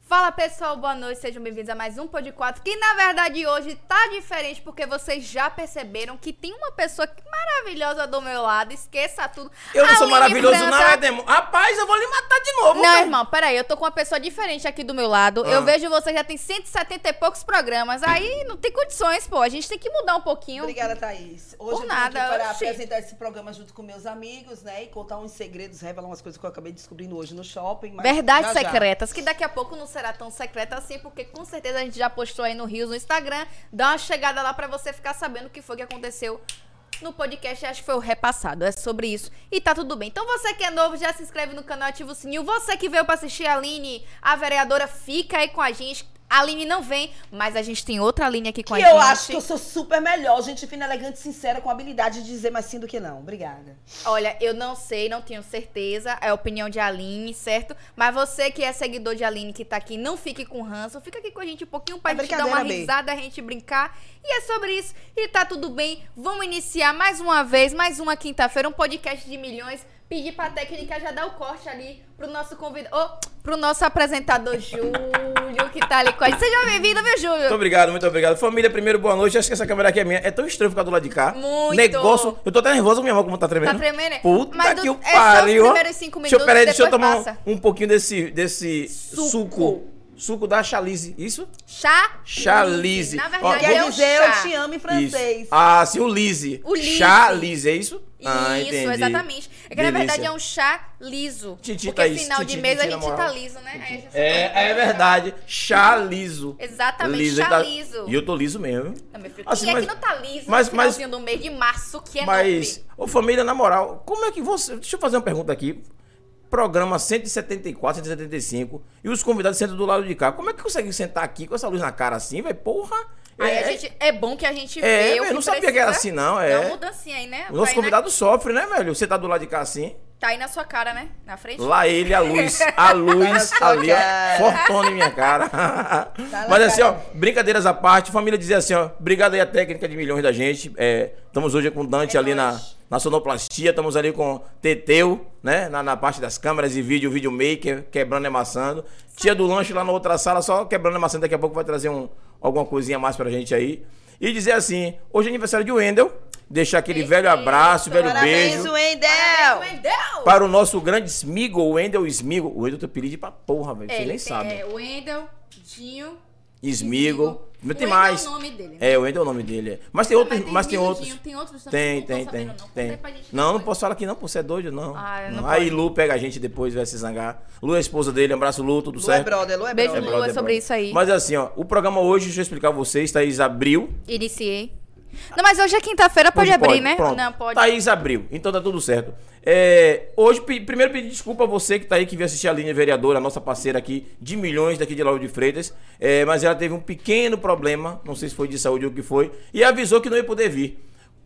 Fala pessoal, boa noite, sejam bem-vindos a mais um Pod 4, que na verdade hoje tá diferente porque vocês já perceberam que tem uma pessoa maravilhosa do meu lado, esqueça tudo. Eu não A sou Aline maravilhoso, não, França- é demônio. Rapaz, eu vou lhe matar de novo. Não, velho. irmão, peraí, eu tô com uma pessoa diferente aqui do meu lado. né? Ah. Eu vejo você já tem 170 e poucos programas. Aí não tem condições, pô. A gente tem que mudar um pouquinho. Obrigada, Thaís. Hoje Por eu nada, vim aqui para oxi. apresentar esse programa junto com meus amigos, né? E contar uns segredos, revelar umas coisas que eu acabei descobrindo hoje no shopping. mas Verdades já, já. secretas, que daqui a pouco não será tão secreta assim, porque com certeza a gente já postou aí no Rios, no Instagram. Dá uma chegada lá pra você ficar sabendo o que foi que aconteceu no podcast. Acho que foi o repassado, é sobre isso. E tá tudo bem. Então você que é novo, já se inscreve no canal, ativa o sininho. Você que veio pra assistir a Aline, a vereadora, fica aí com a gente. A Aline não vem, mas a gente tem outra Aline aqui com a Que gente. eu acho que eu sou super melhor, gente fina, elegante, sincera, com habilidade de dizer mais sim do que não. Obrigada. Olha, eu não sei, não tenho certeza. É a opinião de Aline, certo? Mas você que é seguidor de Aline, que tá aqui, não fique com ranço. Fica aqui com a gente um pouquinho pra É gente dar uma brincadeira, Bê. risada, a gente brincar. E é sobre isso. E tá tudo bem. Vamos iniciar mais uma vez, mais uma quinta-feira, um podcast de milhões. Pedir pra técnica já dar o corte ali pro nosso convidado. Oh, pro nosso apresentador Júlio, que tá ali com a gente. Seja bem-vindo, meu Júlio. Muito obrigado, muito obrigado. Família, primeiro, boa noite. Acho que essa câmera aqui é minha. É tão estranho ficar do lado de cá. Muito. Negócio. Eu tô até nervoso, minha mão como tá tremendo. Tá tremendo, né? Puta Mas do- que é o só os pariu. primeiros cinco deixa eu, peraí, minutos, deixa eu depois tomar passa. um, um pouquinho desse, desse Suco. suco. suco. da Chalice. Isso? Chá. Chalize. Na Ó, verdade, Cadê Quer é o dizer, chá. eu te amo em francês. Isso. Ah, sim, o Lise. O Lise. Chalice, é isso? Isso, ah, entendi. exatamente. É que na Delícia. verdade é um chá liso. Titi, porque Thaís, final de Titi, mês Titi, a na gente moral. tá liso, né? Aí a gente- É, é verdade. Chalizo. Exatamente, Liso, chá tá- liso. E eu tô liso mesmo. Não, meu filho, Assim, quem é mas- que não tá liso mas- no mas- finalzinho do mês de março, que é Mas, nove? ô família, na moral, como é que você. Deixa eu fazer uma pergunta aqui. Programa 174, 175 e os convidados sentam do lado de cá. Como é que consegue sentar aqui com essa luz na cara assim, velho? Porra! Aí é, a gente, é bom que a gente é, vê o eu que não sabia que era precisa. assim, não. Dá uma É. mudancinha aí, né? O nosso Vai, convidado sofre, né, velho? Você tá do lado de cá assim. né? Tá aí na sua cara, né? Na frente. Lá ele, a luz. A luz sua ali, ó. cara. Fortona em minha cara. Tá na Mas assim, ó, cara. brincadeiras à parte, família dizer assim, ó, obrigado aí a técnica de milhões da gente. É, estamos hoje com o Dante É ali na, nóis. na sonoplastia, estamos ali com Teteu, né? Na, na parte das câmeras e vídeo, videomaker, quebrando e amassando. Tia do lanche lá na outra sala, só quebrando e amassando. Daqui a pouco vai trazer um, alguma coisinha mais pra gente aí. E dizer assim, hoje é aniversário de Wendel. Deixar aquele velho Perfeito. abraço, velho Parabéns, beijo. Parabéns, Wendel! Wendel! Para o nosso grande Smigol, Wendel Smigol. O Wendel tem apelido pra porra, velho. Você ele nem tem, sabe. É, Wendel, Dinho. Smigol. Não tem Wendel mais. é o nome dele. É, o Wendel é o nome dele. é. Mas tem outros. Mas tem Dinho, outros. Dinho, Tem outros também. Tem, não tô tem, tem. sabendo, não. Conta tem. aí pra gente Não, não depois. posso falar aqui não, pô, você é doido, não. Ah, eu não Aí pode. Lu pega a gente depois, vai se zangar. Lu é a esposa dele, abraço Lu, tudo Lu é certo? brother, Lu é Beijo, brother. Lu. é sobre isso aí. Mas assim, ó, o programa hoje, deixa eu explicar a vocês, Thaís abriu. Iniciei. Não, mas hoje é quinta-feira, pode Hoje abrir, né? Pronto. Não, pode. Thaís abriu, então tá tudo certo. É, hoje, pe- primeiro pedir desculpa a você que tá aí, que veio assistir a linha vereadora, a nossa parceira aqui de milhões daqui de Lauro de Freitas. É, mas ela teve um pequeno problema, não sei se foi de saúde ou o que foi, e avisou que não ia poder vir.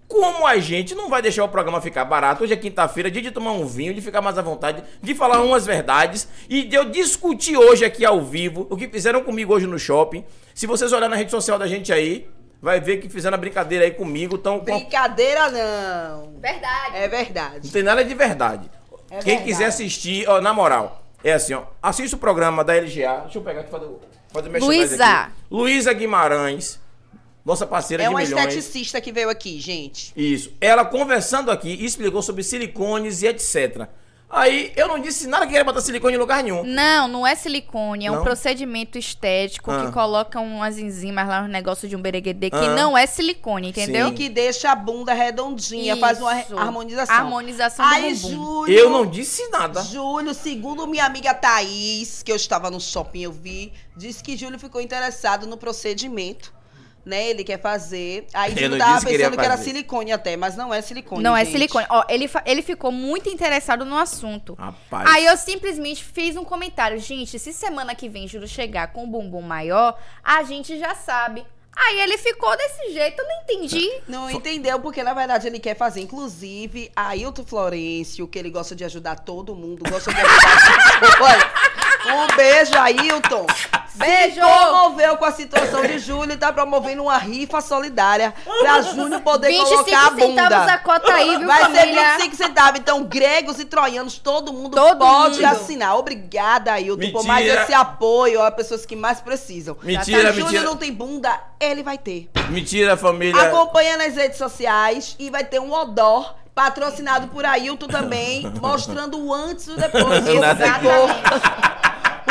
Como a gente não vai deixar o programa ficar barato, hoje é quinta-feira, dia de tomar um vinho, de ficar mais à vontade, de falar umas verdades e de eu discutir hoje aqui ao vivo o que fizeram comigo hoje no shopping. Se vocês olharem na rede social da gente aí, vai ver que fizeram a brincadeira aí comigo, tão com a Brincadeira não. Verdade. É não verdade. tem nada de verdade. É Quem verdade. quiser assistir, ó, na moral, é assim, ó. Assista o programa da LGA. Deixa eu pegar aqui fazer o fazer o merchandise Luísa. aqui. Luísa Guimarães, nossa parceira É de uma milhões. esteticista que veio aqui, gente. Isso. Ela conversando aqui, explicou sobre silicones e etc. Aí eu não disse nada que ia botar silicone em lugar nenhum. Não, não é silicone, é um Não? procedimento estético Ah. que coloca umas enzimas lá no negócio de um bereguedê que Ah. não é silicone, entendeu? E que deixa a bunda redondinha, faz uma Isso. harmonização. Harmonização do Aí, bumbum. Júlio. Eu não disse nada. Júlio, segundo minha amiga Thaís, que eu estava no shopping, eu vi, disse que Júlio ficou interessado no procedimento. Né? Ele quer fazer. Aí Eu Júlio não tava disse que ele ia pensando que era fazer. silicone até, mas não é silicone. Não é gente. silicone. Ó, ele, fa- ele ficou muito interessado no assunto. Rapaz. Aí eu simplesmente fiz um comentário. Gente, se semana que vem Júlio chegar com um bumbum maior, a gente já sabe. Aí ele ficou desse jeito, eu não entendi. Não entendeu, porque na verdade ele quer fazer. Inclusive, Ailton Florencio, que ele gosta de ajudar todo mundo, gosta de ajudar as pessoas. Um beijo, Ailton. Beijo! Se comoveu com a situação de Júlio e tá promovendo uma rifa solidária pra Júnior poder 25 colocar a bunda. centavos a cota aí, viu, Vai ser família? 25 centavos. Então, gregos e troianos, todo mundo Todo pode mundo. assinar. Obrigada, Ailton, por mais Mentira. esse apoio a pessoas que mais precisam. Mentira, Se Júnior mentira. não tem bunda, ele vai ter. Mentira, família. Acompanha nas redes sociais e vai ter um odor patrocinado por Ailton também, mostrando o antes e o depois. Nada Esse aqui. corpo.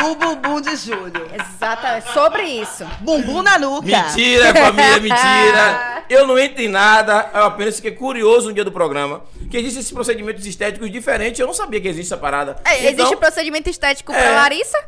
o bumbum de Júlio. Exatamente. é Sobre isso. Bumbum na Tá. nuca. Mentira, família, mentira. Eu não entrei em nada, eu apenas fiquei curioso no dia do programa. Que existem esses procedimentos estéticos diferentes, eu não sabia que existe essa parada. É, Então, existe procedimento estético pra É. Larissa?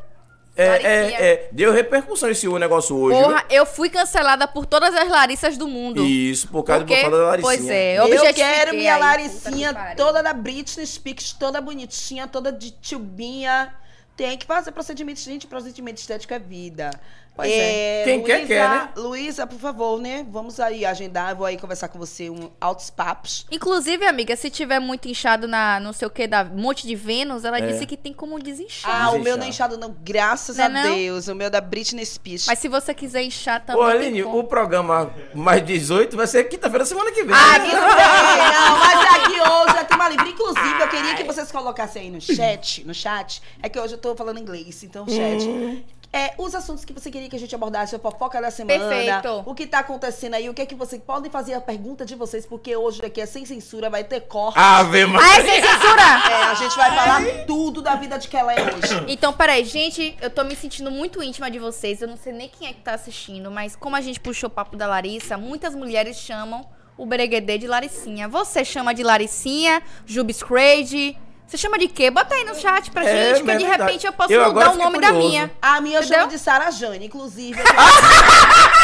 é, Claricinha. é, é, deu repercussão esse negócio hoje. né? Porra, eu fui cancelada por todas as Larissas do mundo. viu? Isso, por causa do Porque- bofada da Laricinha. Pois é, Eu, objetifiquei quero minha aí. Laricinha Puta que pariu. toda da Britney Speaks, toda bonitinha, toda de tubinha. Tem que fazer procedimento, gente, procedimento estético é vida. Pois é. Quem quer, quer, né? Luísa, por favor, né? Vamos aí agendar, eu vou aí conversar com você um altos papos. Inclusive, amiga, se tiver muito inchado na não sei o que, da monte de Vênus, ela É. disse que tem como desinchar. Ah, o Desinchado. meu não é inchado não, graças Não é a não? Deus. O meu é da Britney Spears. Mas se você quiser inchar Ô, também. Aline, tem como. o programa mais 18 vai ser quinta-feira, semana que vem. Ah, Aqui não tem, não, mas aqui hoje já tem uma livre. Inclusive, eu queria que vocês colocassem aí no chat, no chat. É que hoje eu tô falando inglês, então chat. Hum. É, os assuntos que você queria que a gente abordasse, a fofoca da semana, Perfeito. o que tá acontecendo aí, o que é que vocês podem fazer a pergunta de vocês, porque hoje aqui é sem censura, vai ter corte. Ave Ah, é Maria. sem censura! É, a gente vai falar tudo da vida de Kelé hoje. Então, peraí, gente, eu tô me sentindo muito íntima de vocês. Eu não sei nem quem é que tá assistindo, mas como a gente puxou o papo da Larissa, muitas mulheres chamam o Breguedê de Laricinha. Você chama de Laricinha, Jubes Craig. Você chama de quê? Bota aí no chat pra É, gente, que mas de é verdade. repente eu posso Eu mudar agora o fiquei nome da curioso. minha. A minha Entendeu? chama de Sara Jane, inclusive. eu-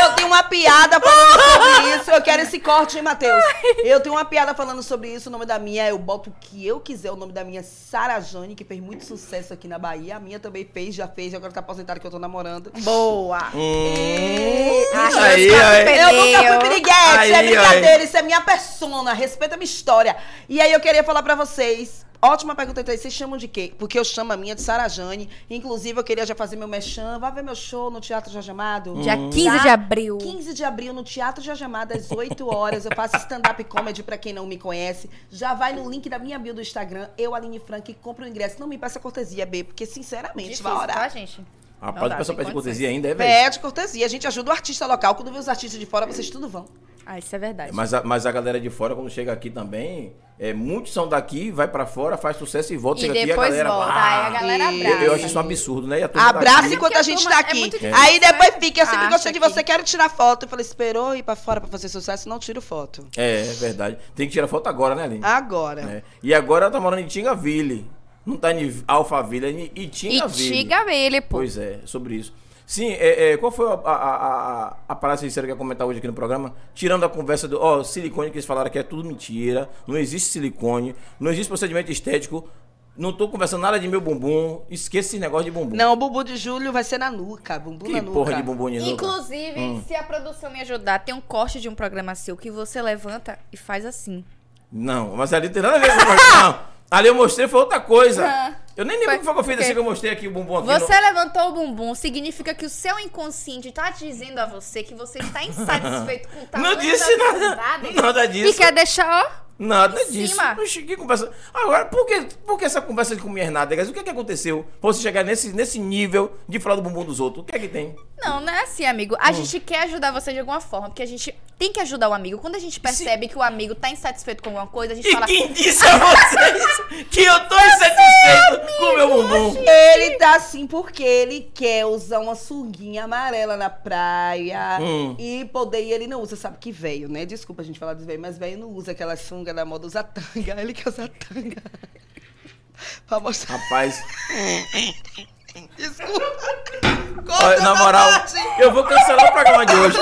Eu tenho uma piada falando sobre isso. Eu quero esse corte, hein, Matheus? Eu tenho uma piada falando sobre isso. O nome da minha, eu boto o que eu quiser. O nome da minha é Sara Jane, que fez muito sucesso aqui na Bahia. A minha também fez, já fez. Agora tá aposentada que eu tô namorando. Boa! É. Hum, Ai, aí, eu aí. escapei. Eu nunca Entendeu? fui piriguete, Aí, é brincadeira, isso é minha persona, respeita a minha história. E aí eu queria falar pra vocês, ótima pergunta, então, vocês chamam de quê? Porque eu chamo a minha de Sarajane, inclusive eu queria já fazer meu mechan, vai ver meu show no Teatro Jorge Amado. Dia 15 de abril. 15 de abril no Teatro Jorge Amado, às 8 horas, eu faço stand-up comedy pra quem não me conhece. Já vai no link da minha bio do Instagram, eu, Aline Frank, compra o ingresso. Não me peça cortesia, B, porque sinceramente, vai Difícil, orar. tá, gente? Não Rapaz, dá, o pessoal tem condições. pede cortesia ainda, é, velho? Pede cortesia, a gente ajuda o artista local. Quando vê os artistas de fora, vocês tudo vão. Ah, isso é verdade. Mas a, mas a galera de fora, quando chega aqui também, é, muitos são daqui, vai pra fora, faz sucesso e volta. e chega aqui, a depois galera, volta. Aí "Ah". a galera e- abraça. eu, eu acho isso um absurdo, né? E a turma tá Abraça aqui- enquanto a gente Porque a tá turma é aqui. muito difícil, Aí depois né? fica, eu sempre Acha gostei de que- você, quero tirar foto. Eu falei, esperou ir pra fora pra fazer sucesso, não tiro foto. É, é verdade. Tem que tirar foto agora, né, Aline? Ah, Agora. É. E agora ela tá morando em Tingaville. Não tá em Alphaville, é em E Itingaville. tiga ele, pô. Pois é, sobre isso. Sim, é, é, qual foi a, a, a, a- a parada sincera que eu ia comentar hoje aqui no programa? Tirando a conversa do ó, silicone que eles falaram que é tudo mentira, não existe silicone, não existe procedimento estético, não tô conversando nada de meu bumbum, esqueça esse negócio de bumbum. Não, o bumbum de Júlio vai ser na nuca. Bumbum que na nuca. porra de bumbum de nuca? Inclusive, Hum. se a produção me ajudar, tem um corte de um programa seu que você levanta e faz assim. Não, mas ali não tem nada a ver com o bumbum, não. Ali eu mostrei foi outra coisa. Ah. Eu nem lembro Foi- o que foi que eu fiz ok. assim que eu mostrei aqui o bumbum aqui. Você no- levantou o bumbum, significa que o seu inconsciente tá te dizendo a você que você está insatisfeito é com o tamanho Não disse das nada. verdades Nada E disso. quer deixar, ó. Nada Em disso. cima. Oxe, que conversa. Agora, por que, por que essa conversa com minhas nádegas? O que é que aconteceu pra você chegar nesse, nesse nível de falar do bumbum dos outros? O que é que tem? Não, não é assim, amigo. Hum. A gente quer ajudar você de alguma forma, porque a gente tem que ajudar o amigo. Quando a gente percebe que o amigo tá insatisfeito com alguma coisa, a gente E fala. quem disse a vocês que eu tô insatisfeito com o meu bumbum? Ele tá assim porque ele quer usar uma sunguinha amarela na praia Hum. e poder. E ele não usa, sabe que velho, né? Desculpa a gente falar dos velhos, mas velho não usa aquela sunga da moda, usa tanga. Ele quer usar tanga. pra mostrar. Rapaz, Desculpa. ó, Corta na essa moral, parte. eu vou cancelar o programa de hoje.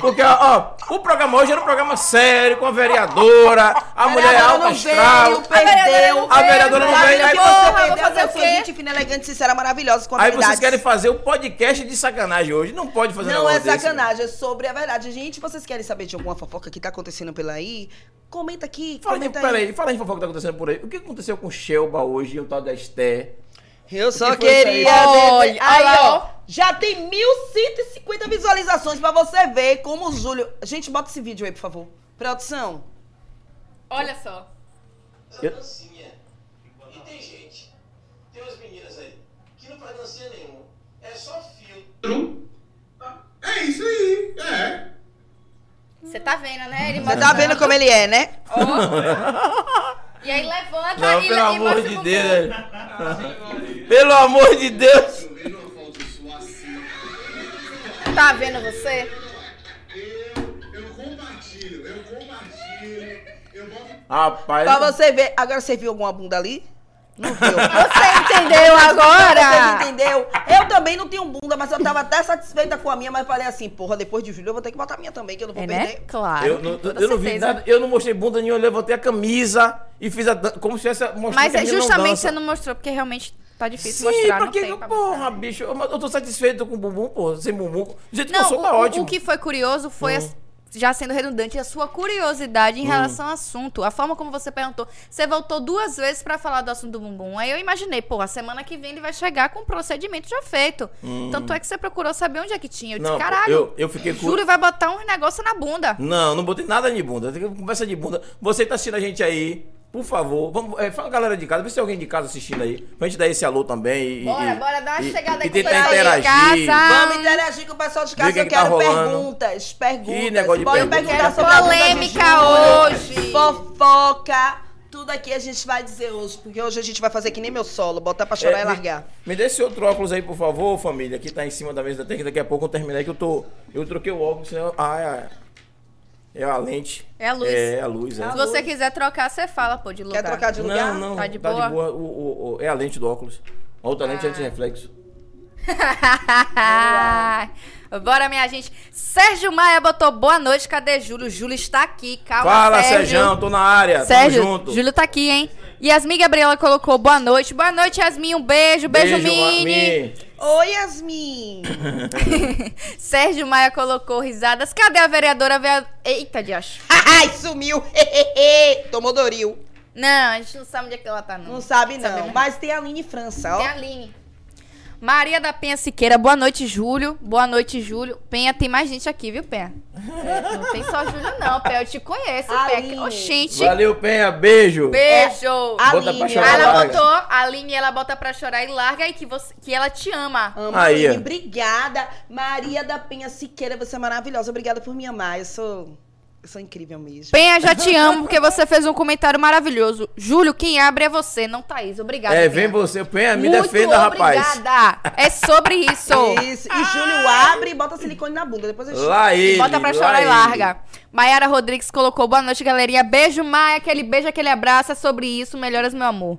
Porque, ó, o programa hoje era um programa sério, com a vereadora, a mulher é Vereadora alta não astral. veio, perdeu. A vereadora não Sabe veio, aí que você- você Porra, vou perdeu, fazer eu o sou quê? gente fina, elegante, sincera, maravilhosa, com Aí habilidades. vocês querem fazer o podcast de sacanagem hoje. Não pode fazer um Não é negócio desse. sacanagem, é sobre a verdade. Gente, vocês querem saber de alguma fofoca que tá acontecendo pela aí? Comenta aqui, Fala de, comenta peraí, fala de fofoca que tá acontecendo por aí. O que aconteceu com Shelba hoje e o tal da Esté? Eu só Que foi isso queria. aí? Olha, Olha, aí, olha lá, ó. ó. Já tem 1.150 visualizações pra você ver como o Júlio. Gente, bota esse vídeo aí, por favor. Produção. Olha só. da Eu- dancinha. E tem gente, tem umas meninas aí, que não faz dancinha nenhuma. É só filtro. É isso aí, é. Você tá vendo, né? Ele Você tá vendo como ele é, né? Ó. E aí levanta Não, e pelo e amor mostra de o bumbum. Deus, velho. Pelo amor de Deus. Eu não é conto sua assim. Tá vendo você? Eu, eu compartilho, eu compartilho. Eu boto. Rapaz. Pra você ver. Agora você viu alguma bunda ali? Não viu. Você entendeu Você agora? entendeu? Eu também não tenho bunda, mas eu tava até satisfeita com a minha, mas falei assim, porra, depois de julho eu vou ter que botar a minha também, que eu não vou É, né? perder. Claro. Eu com não, toda eu não vi certeza. nada, eu não mostrei bunda nenhuma, eu levantei a camisa e fiz a dan- como se tivesse mostrando Mas que a é menina não justamente dança. você não mostrou, porque realmente tá difícil Sim, mostrar. pra não que tem eu- pra mostrar. porra, bicho, eu, eu tô satisfeito com o bumbum, porra, sem bumbum. Do jeito que eu Não, sou, o, tá o- ótimo. o que foi curioso foi, as- já sendo redundante, a sua curiosidade em relação ao assunto. A forma como você perguntou. Você voltou duas vezes pra falar do assunto do bumbum. Aí eu imaginei, pô, a semana que vem ele vai chegar com o procedimento já feito. Tanto é que você procurou saber onde é que tinha. Eu disse, Hum. Não, pô, caralho, eu- eu fiquei cu- Júlio vai botar um negócio na bunda. Não, não botei nada de bunda. Conversa de bunda. Você que tá assistindo a gente aí, por favor, vamos, é, fala a galera de casa, vê se tem alguém de casa assistindo aí, pra gente dar esse alô também. E, Bora, e- bora, dá uma e- chegada aí e, com o tentar pessoal de interagir. casa. Vamos interagir com o pessoal de casa, Diga eu que tá quero rolando. perguntas, perguntas. Que negócio de Podem pergunta. Quero perguntar sobre a bunda de polêmica Júlio, hoje. Fofoca, tudo aqui a gente vai dizer hoje, porque hoje a gente vai fazer que nem meu solo, botar pra chorar É, e largar. Me, me dê esse outro óculos aí, por favor, família, que tá em cima da mesa da técnica. Daqui a pouco eu terminei que eu tô. Eu troquei o óculos, senão. Ah, é, é a lente. É a luz. É a luz, é. Se você quiser trocar, você fala, pô, de lugar. Quer trocar de lugar? Não, não, Tá de boa? Ah. O, o- o- é a lente do óculos. A outra lente é de reflexo. Bora, minha gente. Sérgio Maia botou boa noite. Cadê Júlio? Júlio está aqui. Calma, Fala, Sérgio. Sérgio, tô na área. Sérgio, Tamo junto. Júlio tá aqui, hein? Yasmin Gabriela colocou boa noite. Boa noite, Yasmin. Um beijo. Beijo, Mini. Mini. Oi, Yasmin. Sérgio Maia colocou risadas. Cadê a vereadora? Vea- Eita, de acho. Ai, sumiu. Tomou Doril. Não, a gente não sabe onde é que ela tá, não. Não sabe Sabe, não, né? mas tem a Aline França, Tem ó. É a Aline. Maria da Penha Siqueira, boa noite, Júlio. Boa noite, Júlio. Penha, tem mais gente aqui, viu, Penha? É, não tem só Júlio, não, Penha. Eu te conheço, Aline. Penha. Oxente. Valeu, Penha. Beijo. Beijo. um É, a- Bota pra Aline. chorar. ela larga. botou, a Aline, ela bota pra chorar e larga e que, você, que ela te ama. Amo, Aí, Aline. ó. Obrigada. Maria da Penha Siqueira, você é maravilhosa. Obrigada por me amar. Eu sou, eu sou incrível mesmo. Penha, já te amo porque você fez um comentário maravilhoso. Júlio, quem abre é você, não Thaís. Obrigada. É, Penha. vem você. Penha, me Muito defenda, rapaz. Obrigada. É sobre isso. Isso. E Júlio Ah! abre e bota silicone na bunda. Depois eu chego. Lá ele. Bota pra lá chorar e ele. larga. Maiara Rodrigues colocou boa noite, galerinha. Beijo, Maia. Aquele beijo, aquele abraço. É sobre isso. Melhoras, meu amor.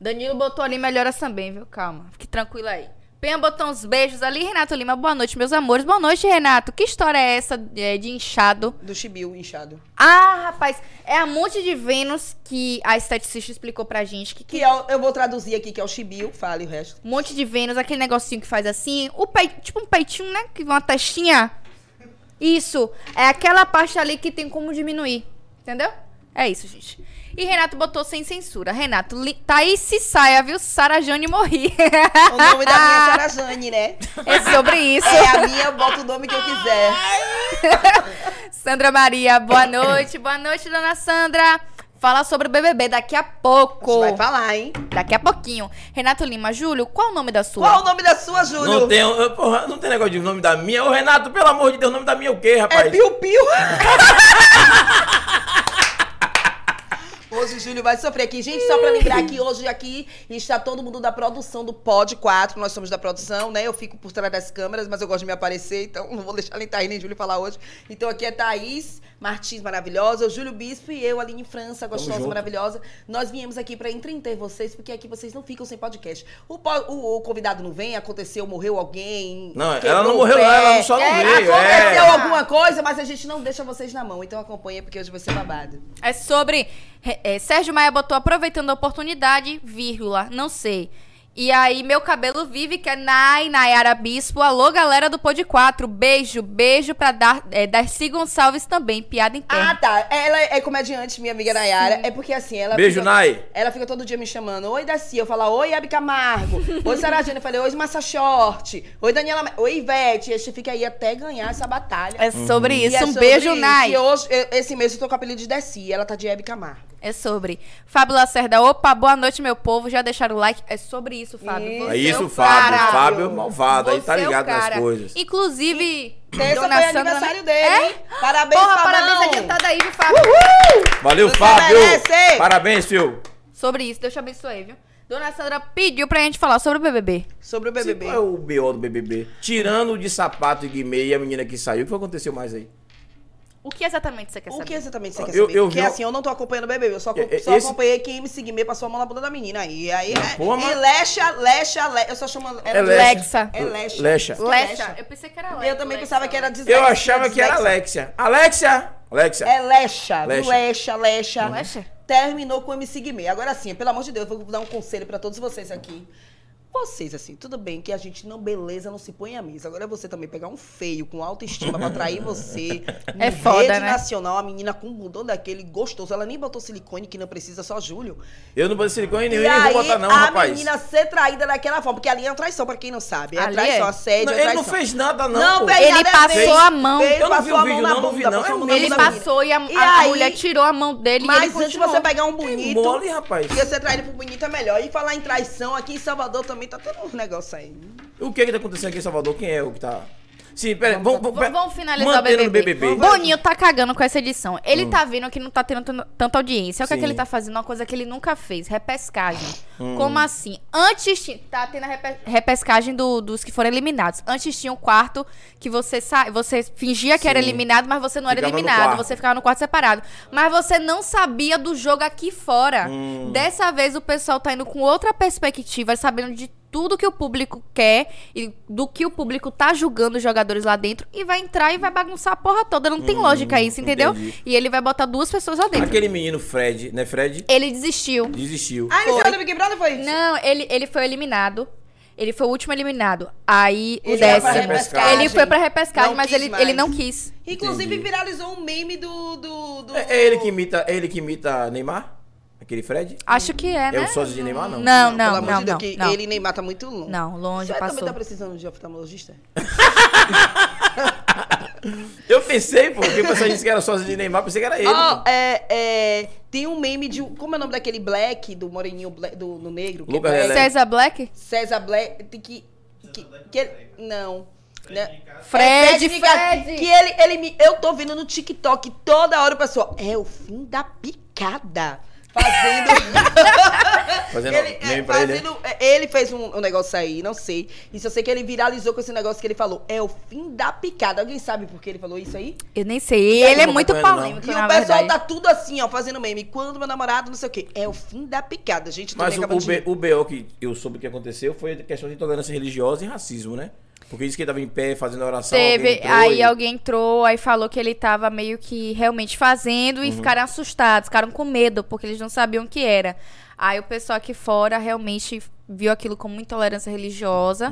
Danilo botou ali melhoras também, viu? Calma. Fique tranquila aí. Penha botou uns beijos ali. Renato Lima, boa noite, meus amores. Boa noite, Renato. Que história é essa é, de inchado? Do chibiu inchado. Ah, rapaz. É a monte de Vênus que a esteticista explicou pra gente que Que é o- eu vou traduzir aqui, que é o chibiu. Fale o resto. um monte de Vênus, aquele negocinho que faz assim, o pei, tipo um peitinho, né? Que uma testinha. Isso, é aquela parte ali que tem como diminuir, entendeu? É isso, gente. E Renato botou sem censura. Renato, li, Thaís se saia, viu? Sara Jane morri. O nome da minha é Sara Jane, né? é sobre isso. É a minha, eu boto o nome que eu quiser. Sandra Maria, boa noite. Boa noite, dona Sandra. Fala sobre o BBB daqui a A gente pouco. vai falar, hein? Daqui a pouquinho. Renato Lima, Júlio, qual o nome da sua? Qual o nome da sua, Júlio? Não tem, eu- porra, não tem negócio de nome da minha. Ô, Renato, pelo amor de Deus, o nome da minha é o quê, rapaz? É piu-piu. Hoje o Júlio vai sofrer aqui. Gente, só pra lembrar que hoje aqui está todo mundo da produção do Pod 4. Nós somos da produção, né? Eu fico por trás das câmeras, mas eu gosto de me aparecer, então não vou deixar nem Thaís nem Júlio falar hoje. Então aqui é Thaís Martins, maravilhosa, o Júlio Bispo e eu, Aline França, gostosa, junto. maravilhosa. Nós viemos aqui pra entreter vocês, porque aqui vocês não ficam sem podcast. O, po- o- o convidado não vem, aconteceu, morreu alguém. Não, ela quebrou não o morreu, pé. não, ela só não É, veio, é. Aconteceu alguma coisa, mas a gente não deixa vocês na mão. Então acompanha, porque hoje vai ser babado. É sobre. é, é, Sérgio Maia botou aproveitando a oportunidade, vírgula, não sei. E aí, meu cabelo vive, que é Nai, Nayara Bispo. Alô, galera do Pod 4. Beijo, beijo pra Dar, é, Darcy Gonçalves também. Piada Ah, interna. tá. Ela é comediante, minha amiga Nayara. É porque assim, ela. Beijo, fica, Nay. Ela fica todo dia me chamando. Oi, Daci. Eu falo, oi, Abby Camargo. Oi, Sarah Jane. Eu falei, oi, Massa Short. Oi, Daniela. Ma- Oi, Ivete. E a gente fica aí até ganhar essa batalha. é Uhum. sobre E isso. é um sobre beijo, isso. Nai. E hoje, eu- esse mês eu tô com o apelido de Daci. Ela tá de Abby Camargo. É sobre. Fábio Lacerda, opa, boa noite, meu povo. Já deixaram o like? É sobre isso, Fábio. Isso. Você É isso, o Fábio. cara. Fábio é malvado, aí tá Você é o ligado nas cara. coisas. Inclusive, Terça dona foi Sandra- aniversário dele, É? hein? né? Parabéns, tá Porra, Fabão. parabéns é adiantado aí, viu, Fábio? Valeu, Você Fábio! merece! Parabéns, filho! Sobre isso, Deus te abençoe, viu? Dona Sandra pediu pra gente falar sobre o BBB. Sobre o Sim, BBB. Qual é o BO do BBB? Tirando o de sapato e guimê e a menina que saiu, o que foi que aconteceu mais aí? O que exatamente você quer O saber? que é exatamente você quer Eu- saber? eu Porque vi- um- assim, eu não tô acompanhando o BBB, eu só, É, é, só esse- acompanhei quem me seguir, me passou a mão na bunda da menina. E aí, é, Pô, mas- e Lecha, Lecha, Lecha, eu só chamo ela de Lecha. É Lecha. Lecha. Isso que é Lecha. Eu pensei que era Lecha. Eu também pensava que era dislexia. Eu achava que era dislexia. Alexia. Alexia! Alexia! É Lecha, do Lecha. Lecha, Lecha. é? Lecha? Terminou com o MC Guimê. Agora sim, pelo amor de Deus, eu vou dar um conselho pra todos vocês aqui. Vocês, assim, tudo bem que a gente não beleza, não se põe à mesa. Agora é você também pegar um feio com autoestima pra atrair você. É Em foda, rede né? nacional, a menina com um bundão daquele gostoso. Ela nem botou silicone, que não precisa, só Júlio. Eu não botei silicone nenhum, e nem aí, vou botar não, a rapaz. menina ser traída daquela forma. Porque ali é uma traição, pra quem não sabe. É Ali traição, é. assédio, Não, é ele traição. não fez nada, não. pô. fez Ele nada, é passou feio. a mão. Feio, Eu não vi passou o a vídeo, mão na não, não vi, bunda, não. passou a mão na Ele bunda da menina. passou e a, E a aí- mulher tirou a mão dele e ele Mas antes de continuou. você pegar um É bonito. mole, rapaz. Ia ser traído pro bonito é melhor. E falar em traição, aqui em Salvador também tá tendo um negócio aí. O que que tá acontecendo aqui em Salvador? Quem é o que tá... Sim, pera, vamos, V- vamos, pera- Vamos finalizar o mantendo BBB. no BBB. Boninho tá cagando com essa edição. Ele tá vendo que não tá tendo tan- tanta audiência. O que, é que Hum. Sim. Hum. ele tá fazendo? Uma coisa que ele nunca fez. Repescagem. Como assim? Antes ti- tá tendo a repe- repescagem do- dos que foram eliminados. Antes tinha um quarto que você sa... você fingia que era Sim. eliminado, mas você não era Ficava no eliminado. quarto. Você ficava no quarto separado. Mas você não sabia do jogo aqui fora. Hum. Dessa vez o pessoal tá indo com outra perspectiva, sabendo de tudo que o público quer e do que o público tá julgando os jogadores lá dentro e vai entrar e vai bagunçar a porra toda. Não tem lógica isso, entendeu? Hum, entendi. E ele vai botar duas pessoas lá dentro. Aquele menino Fred, né, Fred? Ele desistiu. Desistiu. Ah, ele saiu do Big Brother, foi? Não, ele, ele foi eliminado. Ele foi o último eliminado. Aí o Ele foi pra décimo. repescagem. Ele foi pra repescagem, Não mas quis ele, mais. ele não quis. Inclusive Entendi. viralizou um meme do... do, do- É, é ele que imita, é ele que imita Neymar? Aquele Fred? Acho que é, É né? o sócio de Neymar, não? Não, Pelo não, amor não, de Deus, não. que não. ele e Neymar tá muito longe. Não, longe, Você também passou. tá precisando de oftalmologista? Eu pensei, pô, porque o pessoal disse que era sócio de Neymar, pensei que era ele. Ó, pô. é, é, tem um meme de... um- Como é o nome daquele Black, do moreninho, black, do, do negro? que é Lucas black? Lelé. César Black? César Black, tem que... que, que ele- não. Né? Fred, É, técnica Fred. Que ele, ele me, eu tô vendo no TikTok toda hora o pessoal. É o fim da picada. Fazendo. Fazendo ele, é, meme pra ele. né? fazendo é, ele fez um, um negócio aí, não sei. Isso eu sei que ele viralizou com esse negócio que ele falou. É o fim da picada. Alguém sabe por que ele falou isso aí? Eu nem sei. Tá Ele é não muito acompanho, não. polêmico, E na o pessoal verdade. tá tudo assim, ó, fazendo meme. Quando meu namorado, não sei o quê. É o fim da picada. Gente, Mas o, acabou o, B- o BO que eu soube que aconteceu foi a questão de intolerância religiosa e racismo, né? Porque disse que ele tava em pé fazendo oração. Teve, entrou aí e- alguém entrou, aí falou que ele tava meio que realmente fazendo e ficaram assustados, ficaram com medo, porque eles não sabiam o que era. Aí o pessoal aqui fora realmente viu aquilo como intolerância religiosa.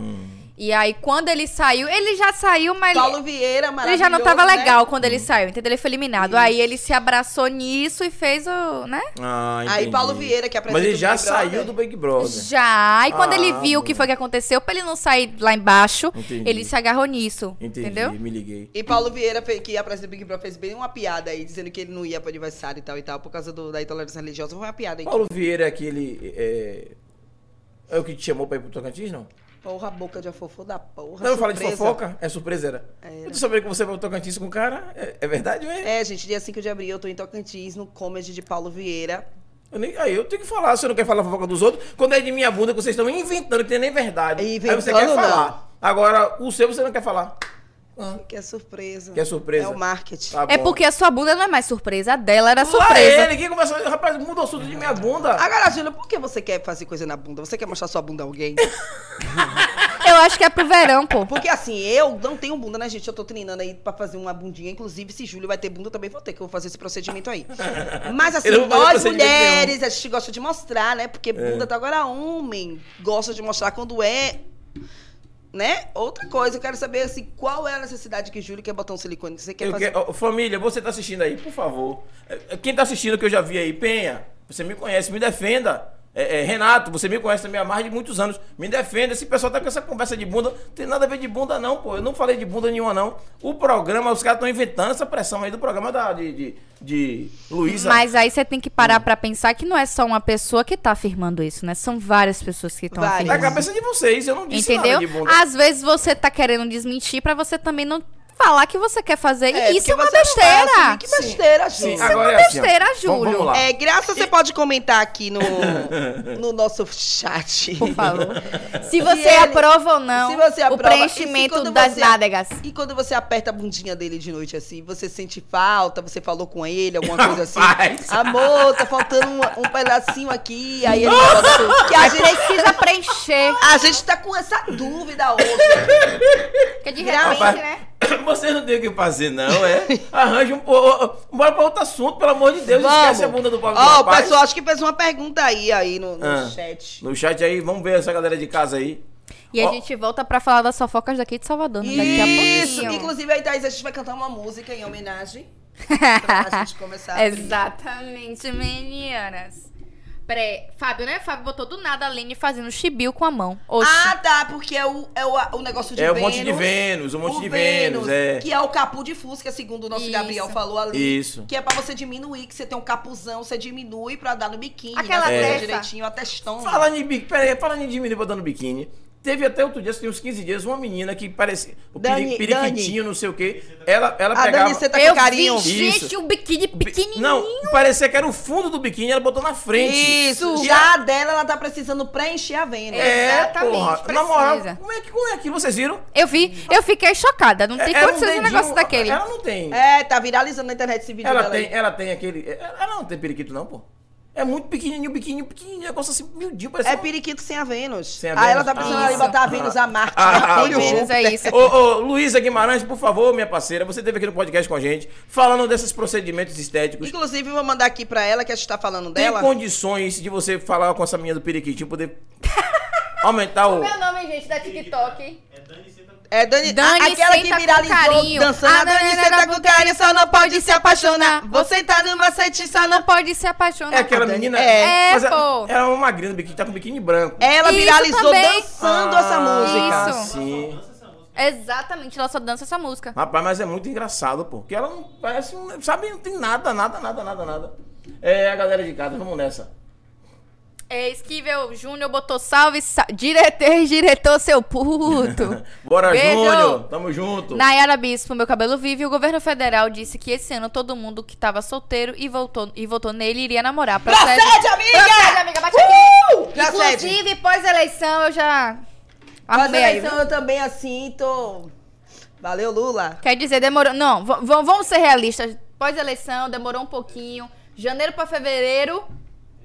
E aí, quando ele saiu, ele já saiu, mas ele- Paulo Vieira, ele maravilhoso. já não tava né? legal quando ele saiu, entendeu? Ele foi eliminado. Aí ele se abraçou nisso e fez o, né? Ah, Aí entendi. Paulo Vieira, que apresenta Mas ele o já Big Brother. saiu do Big Brother. Já. E quando Ah, ele viu o bom. que foi que aconteceu, pra ele não sair lá embaixo, Entendi. ele se agarrou nisso. Entendi, Entendeu? me liguei. E Paulo Vieira, fe- que apresenta o Big Brother, fez bem uma piada aí, dizendo que ele não ia pro aniversário e tal e tal, por causa do- da intolerância religiosa. Foi uma piada aí. Paulo Vieira é aquele. É, é o que te chamou pra ir pro Tocantins, não? Porra, boca de afofo da porra. Não, eu falei de surpresa. fofoca? É surpresa, era. Eu tô sabendo que você vai pro Tocantins com o cara. É, é verdade mesmo? É, gente, dia 5 de abril eu tô em Tocantins, no comedy de Paulo Vieira. Eu nem- aí eu tenho que falar, você não quer falar fofoca dos outros. Quando é de minha bunda, que vocês estão inventando, que tem nem verdade. aí você quer Inventando, falar. Agora, o seu você não quer falar. Ah, Que é surpresa. Que é surpresa. É o marketing. tá É bom. porque a sua bunda não é mais surpresa, a dela era Lá surpresa. ele, quem começou? Rapaz, mudou o assunto de minha bunda. Agora, Júlia, por que você quer fazer coisa na bunda? Você quer mostrar sua bunda a alguém? Eu acho que é pro verão, pô. Porque assim, eu não tenho bunda, né, gente? Eu tô treinando aí pra fazer uma bundinha. Inclusive, se Júlio vai ter bunda, eu também vou ter, que eu vou fazer esse procedimento aí. Mas assim, Eu não vou fazer nós procedimento É. mulheres, a gente gosta de mostrar, né? Porque bunda tá agora homem. Gosta de mostrar quando é. Né? Outra coisa, eu quero saber assim, qual é a necessidade que Júlio quer botar um silicone? que Você quer Eu fazer? quero- ó, família, você tá assistindo aí, por favor. É, é, Quem tá assistindo que eu já vi aí, Penha, você me conhece, me defenda. É, é, Renato, você me conhece também há mais de muitos anos. Me defenda. Esse pessoal tá com essa conversa de bunda. Tem nada a ver de bunda, não, pô. Eu não falei de bunda nenhuma, não. O programa, os caras estão inventando essa pressão aí do programa da, de, de, de Luísa. Mas aí você tem que Hum. parar pra pensar que não é só uma pessoa que tá afirmando isso, né? São várias pessoas que estão Várias. Na afirmando. É cabeça de vocês, eu não disse Entendeu? nada um de bunda. Às vezes você tá querendo desmentir pra você também não falar que você quer fazer. É, e isso é porque uma você não vai besteira. assumir. Que besteira, Júlio. Sim, é uma agora é assim, ó. besteira, Vamos- Júlio. Vamos lá. É, graça, você pode comentar aqui no, no nosso chat. Por favor. Se E você ele- aprova ou não se você o aprova, e se preenchimento quando das você- nádegas. E quando você aperta a bundinha dele de noite assim, você sente falta, você falou com ele, alguma coisa assim. Rapaz! Amor, tá faltando um, um pedacinho aqui, aí ele fala que a gente, Precisa preencher. a gente tá com essa dúvida hoje. Porque de Grava. repente, né? Você não tem o que fazer, não, é? Arranja um. Ô, ô, ô, bora pra outro assunto, pelo amor de Deus. Esquece a bunda do pobre Ó, o rapaz. pessoal acho que fez uma pergunta aí, aí no, no Ah. chat. No chat aí, vamos ver essa galera de casa aí. E a Ó. gente volta pra falar das fofocas daqui de Salvador. né? Daqui a Isso! pouquinho. Inclusive, aí, Thaís, a gente vai cantar uma música em homenagem. pra gente começar. a trilha. Exatamente, meninas. Peraí, Fábio, né? Fábio botou do nada a Aline fazendo chibio com a mão. Oxi. Ah, tá, porque é o, é o, o negócio de é Vênus. o Monte de Vênus, o Monte o de Vênus, é. Que é o capu de Fusca, segundo o nosso Isso. Gabriel falou ali. Isso. Que é pra você diminuir, que você tem um capuzão, você diminui pra dar no biquíni. Aquela né? Você testa. usa direitinho, a testona. Falando em biquíni, peraí, falando em diminuir botando biquíni. Teve até outro dia, tem uns 15 dias, uma menina que parecia. O peri- Dani, periquitinho, não sei o quê. Ela, ela a pegava. Dani, você tá eu com carinho. vi, gente, Isso. um biquíni bi- pequenininho. Não, parecia que era o fundo do biquíni, ela botou na frente. Isso, E já a dela, ela tá precisando preencher a venda. É, Exatamente, porra. Na precisa. moral, como é que, como é que vocês viram? Eu vi, eu fiquei chocada. Não tem Ela não condições um É, dedinho- negócio daquele. Ela não tem. É, tá viralizando na internet esse vídeo Ela dela tem, aí. ela tem aquele. é, Ela não tem periquito, não, pô. É muito pequenininho, pequenininho, pequenininho. Negócio assim, miudinho, parece. É uma- periquito sem a Vênus. Sem a Aí ela Vênus? tá precisando Ah, ali isso. botar a Vênus, a Marte. Ah, Tem olha o Júpiter. menos, é isso. Ô, ô, Luísa Guimarães, por favor, minha parceira, você esteve aqui no podcast com a gente, falando desses procedimentos estéticos. Inclusive, eu vou mandar aqui pra ela, que a gente tá falando Tem dela. condições de você falar com essa menina do periquitinho, poder aumentar o... Meu nome, gente, da TikTok. É Dani, Dani, a- aquela que senta com viralizou carinho. dançando. Ah, A Dani, não, não, senta não, com carinho, só não pode se apaixonar. Você tá no macete, só não... Não pode se apaixonar. É aquela Ah, Dani. menina... É, mas ela, pô. É ela é uma magrinha, do biquíni, tá com biquíni branco. Ah, Ela Isso viralizou também. dançando essa música. Isso. Sim. Exatamente, ela só dança essa música. Rapaz, mas é muito engraçado, pô. Porque ela não parece... um- Sabe, não tem nada, nada, nada, nada, nada. É, a galera de casa, vamos nessa. É, Esquivel Júnior botou salve, sa... diretor, diretor, seu puto. Bora, Beijo. Júnior. Tamo junto. Nayara Bispo, meu cabelo vive. O governo federal disse que esse ano todo mundo que tava solteiro e votou, e votou nele iria namorar. Procede, Procede, amiga! Procede, amiga! Bate Uh! aqui! Procede. Inclusive, pós-eleição, eu já Mas arrumei aí. eleição eu também assim, tô... Valeu, Lula. Quer dizer, demorou... Não, v- v- vamos ser realistas. Pós-eleição, demorou um pouquinho. Janeiro pra fevereiro,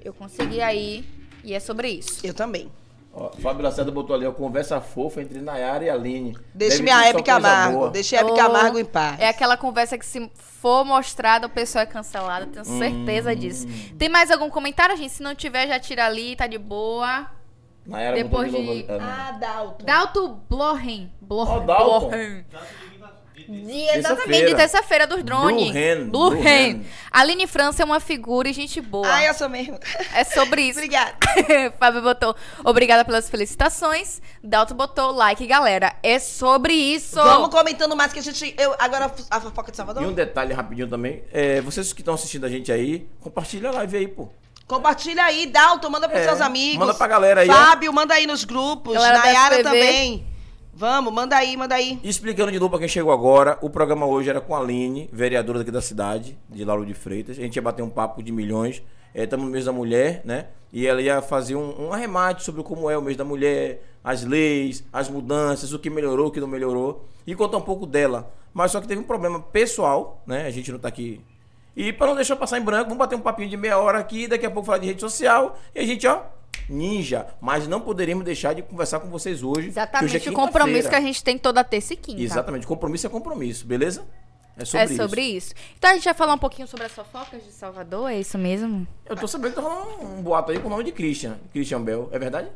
eu consegui aí. E é sobre isso. Eu também. Ó, Fábio Lacerda botou ali, ó, conversa fofa entre Nayara e Aline. Deixa Deve minha ter só Hebe coisa Camargo. boa. Deixa a Hebe Ô, Camargo em paz. É aquela conversa que se for mostrada, o pessoal é cancelado. Tenho certeza Hum. disso. Tem mais algum comentário, gente? Se não tiver, já tira ali, tá de boa. Nayara Depois botou de- novo ali. Ah, Ah, Dalton. Dalto Blohen. Blohen. Ó, Dalton. De- Exatamente, Terça-feira. de terça-feira dos drones. Bluehen, Bluehen. Bluehen. Aline França é uma figura e gente boa. Ah, eu sou mesmo. É sobre isso. Obrigada. Fábio botou, obrigada pelas felicitações. Dalto botou, like, galera. É sobre isso. Vamos comentando mais que a gente... Eu, agora a fofoca de Salvador. E um detalhe rapidinho também. é, vocês que estão assistindo a gente aí, compartilha a live aí, pô. Compartilha aí, Dalton, manda pros É, seus amigos. manda pra galera aí, ó. Fábio, manda aí nos grupos. Galera da Nayara SPV. também. Vamos, manda aí, manda aí. E Explicando de novo pra quem chegou agora, o programa hoje era com a Aline, vereadora daqui da cidade, de Lauro de Freitas. A gente ia bater um papo de milhões. Estamos no mês da mulher, né? E ela ia fazer um, um arremate sobre como é o mês da mulher, as leis, as mudanças, o que melhorou, o que não melhorou. E contar um pouco dela. Mas só que teve um problema pessoal, né? A gente não tá aqui. E pra não deixar passar em branco, vamos bater um papinho de meia hora aqui, daqui a pouco falar de rede social. E a gente, ó, ninja, mas não poderíamos deixar de conversar com vocês hoje. que hoje é Exatamente o quinta-feira. compromisso que a gente tem toda terça e quinta. Exatamente, compromisso é compromisso, beleza? É é sobre isso. Então a gente vai falar um pouquinho sobre as fofocas de Salvador, é isso mesmo? Eu tô sabendo que tá rolando um boato aí com o nome de Christian, Christian Bell, é verdade?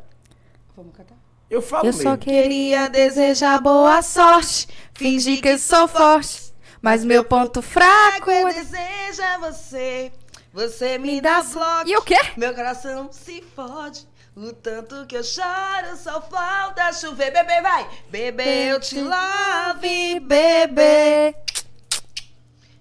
Vamos cantar. Eu falo Eu É mesmo. só queria. Queria desejar boa sorte, Fingir que eu sou forte, mas meu ponto fraco Eu é. desejo a você, você me dá slot. E o quê? Meu coração se fode. O tanto que eu choro, só falta chover. Bebê, vai! Bebê, eu te love, bebê.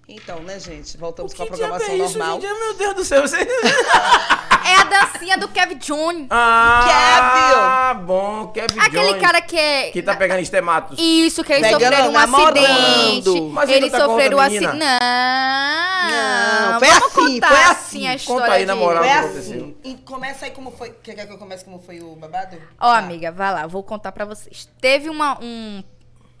Então, né, gente? Voltamos com a programação normal. é gente? Meu Deus do céu, você... É a dancinha do Kevin Johnny. ah, bom, Kevin Aquele Jones, cara que é. que tá pegando estematos. Isso, que eles Pegando, sofreram um namorando. acidente. Mas ele eles tá com outra sofreram um menina. acidente. Não. Não, foi Vamos assim, contar foi a assim. história Conta aí, de- na moral. Foi Não assim. aconteceu. E começa aí como foi. Quer que eu comece como foi o babado? Ó, Tá. amiga, vai lá, vou contar pra vocês. Teve uma- um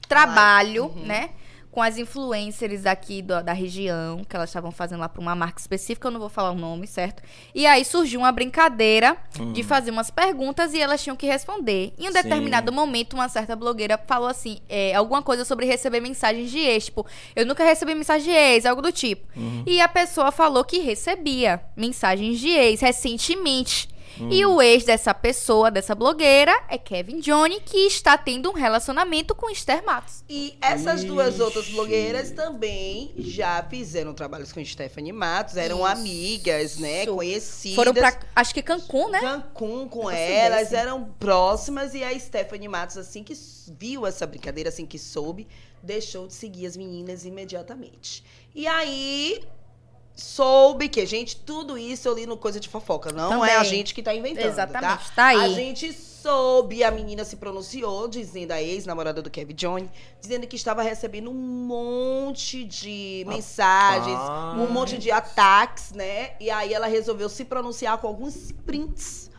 trabalho, né? Com as influencers aqui do- da região, que elas estavam fazendo lá pra uma marca específica, eu não vou falar o nome, certo? E aí surgiu uma brincadeira de fazer umas perguntas e elas tinham que responder. Em um Sim. determinado momento, uma certa blogueira falou assim: é, alguma coisa sobre receber mensagens de ex. Tipo, eu nunca recebi mensagem de ex, algo do tipo. E a pessoa falou que recebia mensagens de ex recentemente. E o ex dessa pessoa, dessa blogueira, é Kevin Johnny, que está tendo um relacionamento com Esther Matos. E essas duas Ixi. outras blogueiras também já fizeram trabalhos com Stephanie Matos, eram Isso. amigas, né? Conhecidas. Foram pra, acho que Cancún, né? Cancún com Negócio elas, desse. eram próximas. E a Stephanie Matos, assim que s- viu essa brincadeira, assim que soube, deixou de seguir as meninas imediatamente. E aí. Soube que, gente, tudo isso eu li no Coisa de Fofoca. Não é a Também. gente que tá Então, inventando, tá? Exatamente, tá, aí. A gente soube, a menina se pronunciou, dizendo a ex-namorada do Kevin Johnny, dizendo que estava recebendo um monte de mensagens, um Rapaz. monte de ataques, né? E aí ela resolveu se pronunciar com alguns prints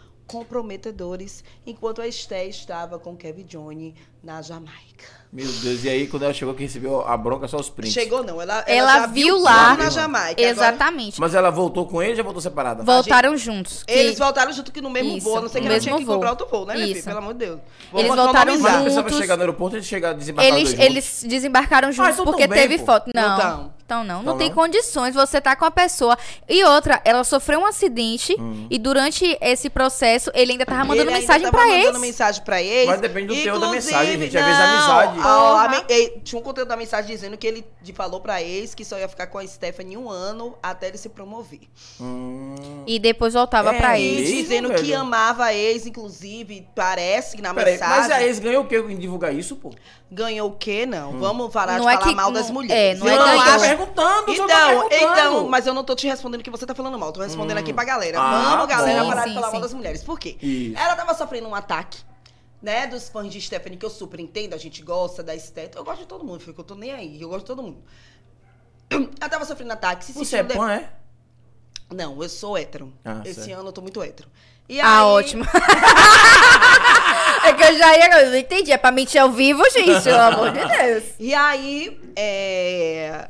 comprometedores, enquanto a Esté estava com o Kevin Johnny na Jamaica. Meu Deus, e aí quando ela chegou que recebeu a bronca, só os prints. Chegou não, ela, Ela já viu lá. tudo na Jamaica. Agora, Exatamente. Mas ela voltou com ele ou já voltou separada? Voltaram juntos. que- eles voltaram junto que no mesmo Isso, voo, a não sei que no ela mesmo tinha que voo. comprar outro voo, né, minha filha? Isso. Pelo amor de Deus. Eles voltaram Mas a pessoa vai juntos. chegar no aeroporto e chegar desembarcar Eles, dois juntos. eles desembarcaram juntos então tão porque bem, teve pô. foto. Não. Então. Então, não, não Então tem não. condições. Você tá com a pessoa. E outra, ela sofreu um acidente e durante esse processo ele ainda tava Tá mandando Hum. Ele ainda mensagem tava pra mandando ex. mensagem pra ex. Mas depende do teor da Inclusive, mensagem, gente. Às vezes é não, amizade. ó, Porra. a me- eh, tinha um conteúdo da mensagem dizendo que ele de- falou pra ex que só ia ficar com a Stephanie um ano até ele se promover. Hum, E depois voltava É, pra E ex. isso, dizendo velho? que amava a ex, inclusive, parece que na Peraí, mensagem. mas a ex Hum. ganhou o quê em divulgar isso, pô? Ganhou o quê? Não. Vamos parar Não de é falar que- mal das não- é, mulheres. não é Eu ganhou. tá acho- perguntando, só tá Então, perguntando. então, mas eu não tô te respondendo que você tá falando mal, tô respondendo aqui pra galera. Ah, Vamos, galera, bom. parar de Sim, falar mal sim. das mulheres. Por quê? Isso. Ela tava sofrendo um ataque, né, dos fãs de Stephanie, que eu super entendo, a gente gosta da Stephanie. Eu gosto de todo mundo, fico, eu tô nem aí, eu gosto de todo mundo. Ela tava sofrendo ataque, se Você é sentiu de- fã, é? Não, eu sou hétero. Ah, Esse certo. ano eu tô muito hétero. E Ah, aí- ótimo. é que eu já ia. Eu não entendi. É pra mentir ao vivo, gente, pelo amor de Deus. E aí, é,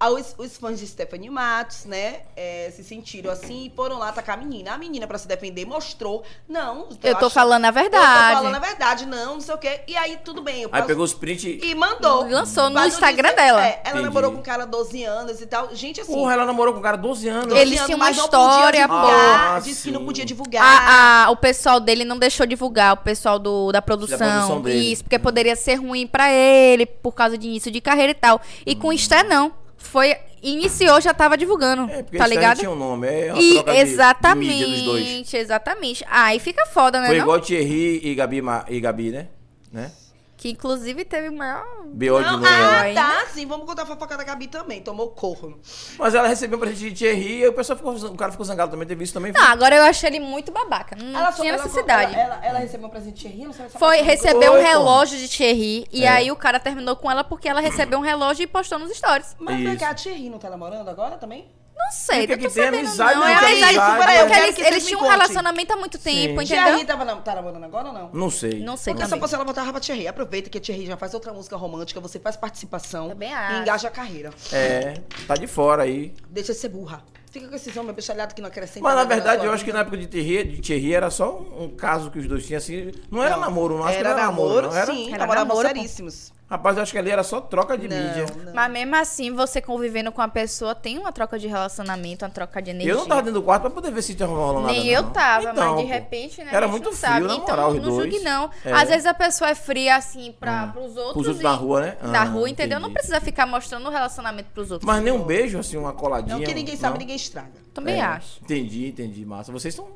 ah, os, os fãs de Stephanie Matos, né, é, se sentiram assim e foram lá atacar a menina. A menina, pra se defender, mostrou, não... Eu tô acho- falando a Eu verdade. tô falando a verdade, não, não sei o quê. E aí, tudo bem. Eu Aí posso... pegou os prints e... E mandou. Lançou no Pra não Instagram dizer- dela. É, ela Entendi. namorou com um cara 12 anos e tal. Gente, assim... Porra, ela namorou com um cara 12 anos. 12 Eles anos, tinham uma mas não podia história, divulgar, pô. Disse que não Ah, podia sim. divulgar. A- a- o pessoal dele não deixou divulgar, o pessoal do, da produção. produção dele. Isso, porque poderia ser ruim pra ele, por causa de início de carreira e tal. E Uhum. com o Sté, não. Foi. Iniciou, já tava divulgando. É, porque tá esse cara ligado? tinha um nome, é uma E- troca de, exatamente, de mídia dos dois. exatamente. Aí fica foda, né? Foi não? igual Thierry e Gabi, Ma- e Gabi né? né? Que inclusive teve o maior. B.O. de Não, novo. né? ah, né? tá, sim. Vamos contar a fofoca da Gabi também. Tomou corno. Mas ela recebeu um presente de Thierry e o pessoal ficou, o cara ficou zangado também, teve isso também. Não, agora eu achei ele muito babaca. Não Ela só- Hum, tinha ela- necessidade. Ela, ela- ela recebeu um presente de Thierry, não sabe se ela Foi recebeu. receber um Oi, pô. relógio de Thierry. E É. aí o cara terminou com ela porque ela recebeu um relógio e postou nos stories. Mas Isso. vem cá, a Thierry não tá namorando agora também? Não sei, O que não que tô tem sabendo amizade, não. não É tem amizade, amizade, porque eu quero eles, que vocês eles me tinham um contem. relacionanto há muito tempo, Sim. entendeu? Thierry tava, nam- tá namorando agora ou não? Não sei. Não sei Porque se eu também. fosse ela voltava pra Thierry. Aproveita que a Thierry já faz outra música romântica, você faz participação Também e acho. engaja a carreira. É, tá de fora aí. Deixa de ser burra. Fica com esses homens bichalhados que né? não acrescentam Mas na nada verdade, sua eu acho que vida. na época de Thierry, de Thierry era só um caso que os dois tinham assim. Não era Não. namoro, não. Acho era que não era namoro, namoro, não. Era... sim. Era namoravam namoro, pô. seríssimos. Rapaz, eu acho que ali era só troca de mídia. não. Mas mesmo assim, você convivendo com a pessoa, tem uma troca de relacionamento, uma troca de energia. Eu não tava dentro do quarto pra poder ver se tinha rolando nada. Nem eu não. tava, Então, mas de pô, repente, né? a Era gente muito não frio, sabe. na então, moral, não os dois. julgue, não. É. Ah, Às vezes a pessoa é fria, assim, pra, pros outros. outros e- da rua, né? da Ah, rua, entendeu? Não entendi. precisa ficar mostrando o relacionamento pros outros. Mas nem um beijo, assim, uma coladinha. Não, que ninguém sabe, não? ninguém estraga. Também É, acho. Entendi, entendi, massa. Vocês são,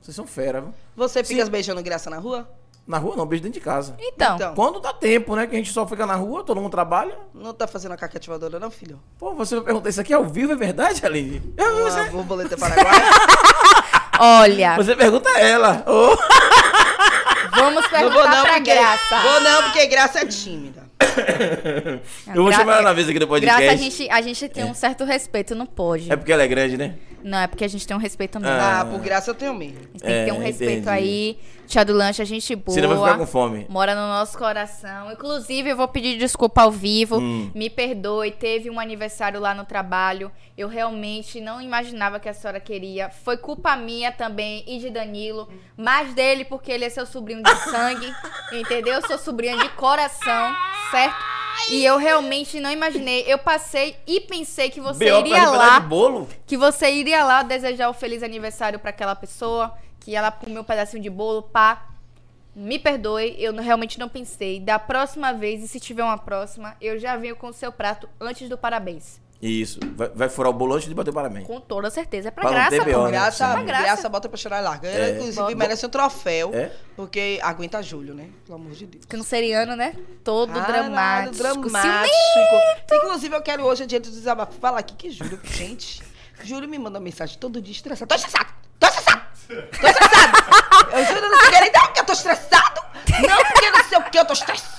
vocês são fera, viu? Você fica beijando graça na rua? Na rua não, beijo dentro de casa. Então, Então. Quando dá tempo, né? Que a gente só fica na rua, todo mundo trabalha. Não tá fazendo a cacativadora, não, filho? Pô, você vai perguntar, isso aqui é ao vivo, é verdade, Aline? Eu, Uma você, borboleta paraguaia. olha, você pergunta a ela. Ô, vamos Não vou perguntar não, tá pra porque... Graça. Vou não, porque graça é tímida. eu vou É, Gra- chamar ela na vez aqui do podcast. Graça, a gente, a gente tem um certo respeito, não pode. É porque ela é grande, né? Não, é porque a gente tem um respeito mesmo. Ah, Ah, por graça eu tenho medo. A gente tem que ter um é, respeito entendi. aí. Tia do Lanche, a gente boa. Senão vai ficar com fome. Mora no nosso coração. Inclusive, eu vou pedir desculpa ao vivo. Hum. Me perdoe. Teve um aniversário lá no trabalho. Eu realmente não imaginava que a senhora queria. Foi culpa minha também e de Danilo. Mas dele, porque ele é seu sobrinho de sangue. entendeu? Eu sou sobrinha de coração, certo? E eu realmente não imaginei. Eu passei e pensei que você B.O. pra iria recuperar lá de bolo? que você iria lá desejar o feliz aniversário pra aquela pessoa, que ela comeu um pedacinho de bolo, pá. Me perdoe, eu não- realmente não pensei. Da próxima vez, e se tiver uma próxima, eu já venho com o seu prato antes do parabéns. Isso. Vai, vai furar o bolo antes de bater o parabéns. Com toda certeza. É pra Pra não graça, ter pô. B.O., Por né? graça, Uma por graça. graça, bota pra chorar e larga. Ela, inclusive, Bota. merece um troféu. É? Porque aguenta Júlio, né? Pelo amor de Deus. Canceriano, né? Todo Caralho, dramático. um dramático. Inclusive, eu quero hoje, é dia do desabafo, falar aqui que Júlio, gente, Júlio me manda mensagem todo dia estressado. Tô estressado! Tô estressado! Tô estressado! Eu juro, eu não sei nem dar porque eu tô estressado! Não, porque não sei o que, eu tô estressado!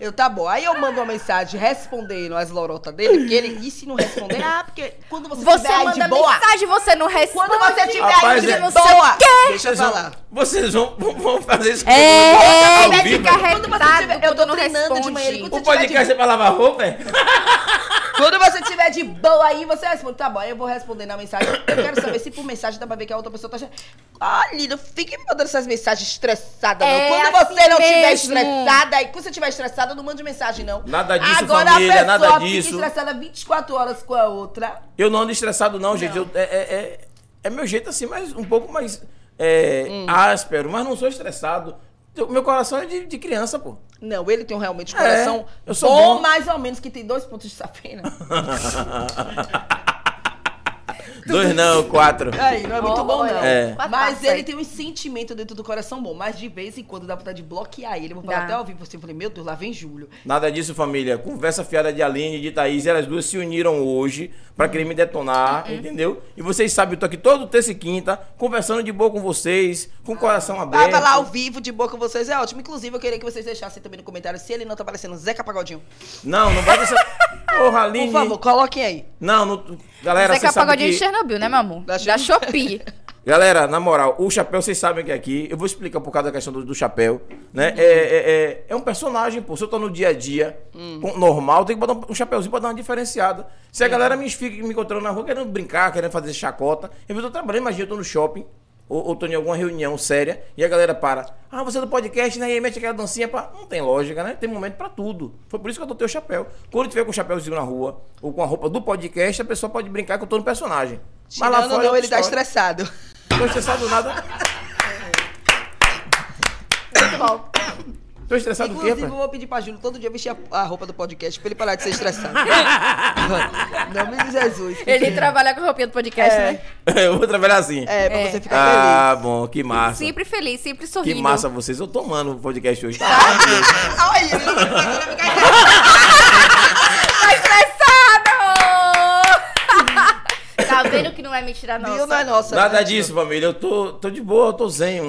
Eu, tá bom. Aí eu mando uma mensagem respondendo as lorotas dele, porque ele, e se não responder? Ah, porque quando você, Você tiver aí manda de boa... mensagem, você não responde. Quando você tiver aí Rapaz, de é- não sei o boa... quê. Deixa eu Vocês vão- falar. Vocês vão, vão- vão fazer isso É, ao ele é vivo? Quando você descarregado. tiver- eu tô quando não treinando de manhã, ele responde. O podcast é pra lavar roupa? é? Quando você tiver de boa aí, você responde. Tá bom, aí eu vou responder na mensagem. Eu quero saber se por mensagem dá pra ver que a outra pessoa tá achando. Olha, não fique me mandando essas mensagens estressadas, É não. Quando você assim não estiver mesmo. estressada, e quando você estiver estressada, não mande mensagem, não. Nada disso, Agora família, a pessoa nada fica disso. estressada 24 horas com a outra. Eu não ando estressado, não, gente. Eu- é, é, é- é meu jeito assim, mas um pouco mais é, Hum. áspero, mas não sou estressado. Eu- Meu coração é de, de criança, pô. Não, ele tem um realmente um É, coração eu sou bom, bom. mais ou menos, que tem dois pontos de safena. Dois não, quatro. Aí, não é muito Oh, bom, olha, não. É. Mas passa aí. ele tem um sentimento dentro do coração bom. Mas de vez em quando dá vontade de bloquear ele. Eu vou falar Dá. até ao vivo, você falei, meu Deus, lá vem Júlio. Nada disso, família. Conversa fiada de Aline e de Thaís, elas duas se uniram hoje pra querer me Hum, detonar, entendeu? E vocês sabem, eu tô aqui todo terça e quinta, conversando de boa com vocês, com o coração Vai aberto. falar ao vivo, de boa com vocês, é ótimo. Inclusive, eu queria que vocês deixassem também no comentário se ele não tá parecendo Zeca Pagodinho. Não, não vai deixar. Porra, Aline. Por favor, coloquem aí. Não, não. Galera, Zeca vocês é sabem Pagodinho de que... Chernobyl, né, meu amor? Da Da Shopee. Galera, na moral, o chapéu, vocês sabem que aqui, eu vou explicar por causa da questão do, do chapéu, né? É, é, é- é um personagem, pô. Se eu tô no dia a dia, Hum. com- normal, tem que botar um, um chapéuzinho pra dar uma diferenciada. Se a galera me fica me encontrando na rua querendo brincar, querendo fazer chacota, eu tô trabalhando, imagina, eu tô no shopping, ou, ou tô em alguma reunião séria, e a galera para. Ah, você é do podcast, né? E aí mete aquela dancinha pra. Não tem lógica, né? Tem momento pra tudo. Foi por isso que eu adotei o chapéu. Quando tiver com o chapéuzinho na rua, ou com a roupa do podcast, a pessoa pode brincar que eu tô no personagem. Tirando é não, outra ele tá história. estressado. Tô estressado nada. Tô estressado do quê, Inclusive, eu pai? vou pedir pra Júlio todo dia vestir a, a roupa do podcast pra ele parar de ser estressado. Em nome de Jesus. ele tá- trabalha com a roupinha do podcast, É. né? Eu vou trabalhar assim. É, pra É. você ficar feliz. Ah, bom, que massa. Sempre feliz, sempre que sorrindo. massa vocês. Eu tô amando o podcast hoje. tá? Ah. Olha, ele não vai ficar Tá estressado! tá vendo que não é mentira nossa? Viu? Não é nossa. Nada né, disso, família. Eu tô, tô de boa, eu tô zen.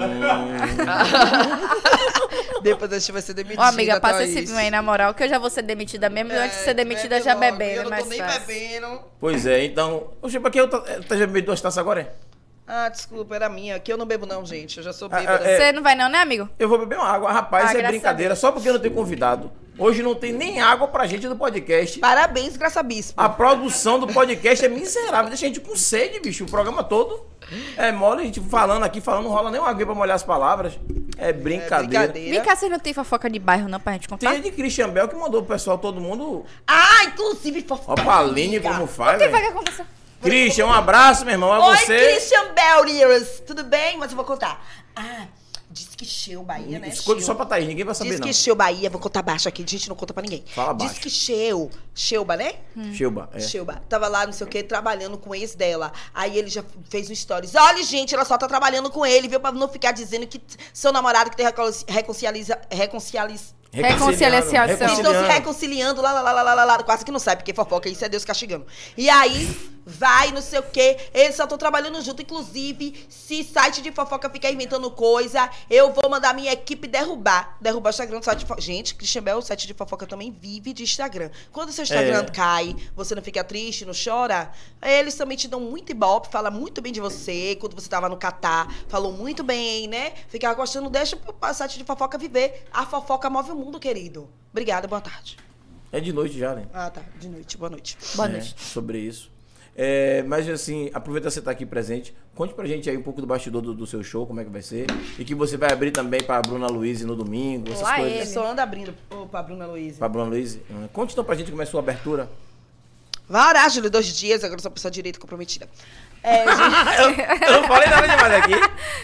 Hum. Júlio? Depois a gente vai ser demitido. Ó, amiga, passa Thaís. esse filme aí, na moral, que eu já vou ser demitida mesmo. Eu antes de ser tá É, demitida, bebe já logo, bebendo, Eu não mas tô nem bebendo. pois é, então. Oxe, pra que eu tá, tá já bebendo duas taças agora? é? Ah, desculpa, era minha. Que eu não bebo não, gente. Eu já sou Ah, bêbada. assim. é. Você não vai não, né, amigo? Eu vou beber uma água. Rapaz, Ah, é graças a brincadeira. Só porque eu não tenho convidado. Hoje não tem nem água pra gente do Tá podcast. Parabéns, Graça Bispo. A produção do podcast é miserável. Deixa a gente com sede, bicho. O programa todo é mole, a gente falando aqui, falando, não rola nem uma aguinha pra molhar as palavras. É brincadeira. Vem cá, vocês não tem fofoca de bairro não pra gente contar? Tem a de Christian Bell que mandou o pessoal, todo mundo. Ah, inclusive Ó, fofoca. pra Aline como faz, O que foi que velho. aconteceu? Christian, um abraço, meu irmão. É Oi, você. Christian Belliers. Tudo bem? Mas eu vou contar. Ah, diz que cheio Bahia, né? Esconde Cheu. só pra Thaís, ninguém vai saber, Diz não. que cheio Bahia, vou contar baixo aqui, gente, não conta pra ninguém. Fala baixo. Diz que cheio, Cheuba, né? Chilba, é. Cheuba, tava lá, não sei o que, trabalhando com o ex dela. Aí ele já fez um stories. Olha, gente, ela só tá trabalhando com ele, viu? Pra não ficar dizendo que t- seu namorado que tem reconcializa, reconcializa, reconcializa- Reconciliação. Estão se Reconciliando. reconciliando, lá, lá, lá, lá, lá, lá, lá, quase que não sai, porque fofoca, isso é Deus castigando. E aí, vai, não sei o quê, eles só estão trabalhando junto. Inclusive, se site de fofoca ficar inventando coisa, eu vou mandar minha equipe derrubar. Derrubar o Instagram do site de fofoca. Gente, Christian Bell, o site de fofoca também vive de Instagram. Quando o seu Instagram É. cai, você não fica triste, não chora? Eles também te dão muito ibope, falam muito bem de você. Quando você tava no Catar, falou muito bem, né? Ficar gostando, deixa o site de fofoca viver. A fofoca move o mundo, querido. Obrigada, boa tarde. É de noite já, né? Ah, tá. De noite, boa noite. Boa É, noite. sobre isso. É, mas assim, aproveita que você tá aqui presente. Conte pra gente aí um pouco do bastidor do, do seu show, como é que vai ser. E que você vai abrir também pra Bruna Luiz no domingo, essas Lá coisas. ele. Eu só ando abrindo. Opa, Bruna Luiz. Pra Bruna Luiz. Hum, Conte então pra gente como é a sua abertura. Vai orar, Júlio, dois dias, agora eu sou uma pessoa direito comprometida. É, eu, eu não falei nada demais aqui.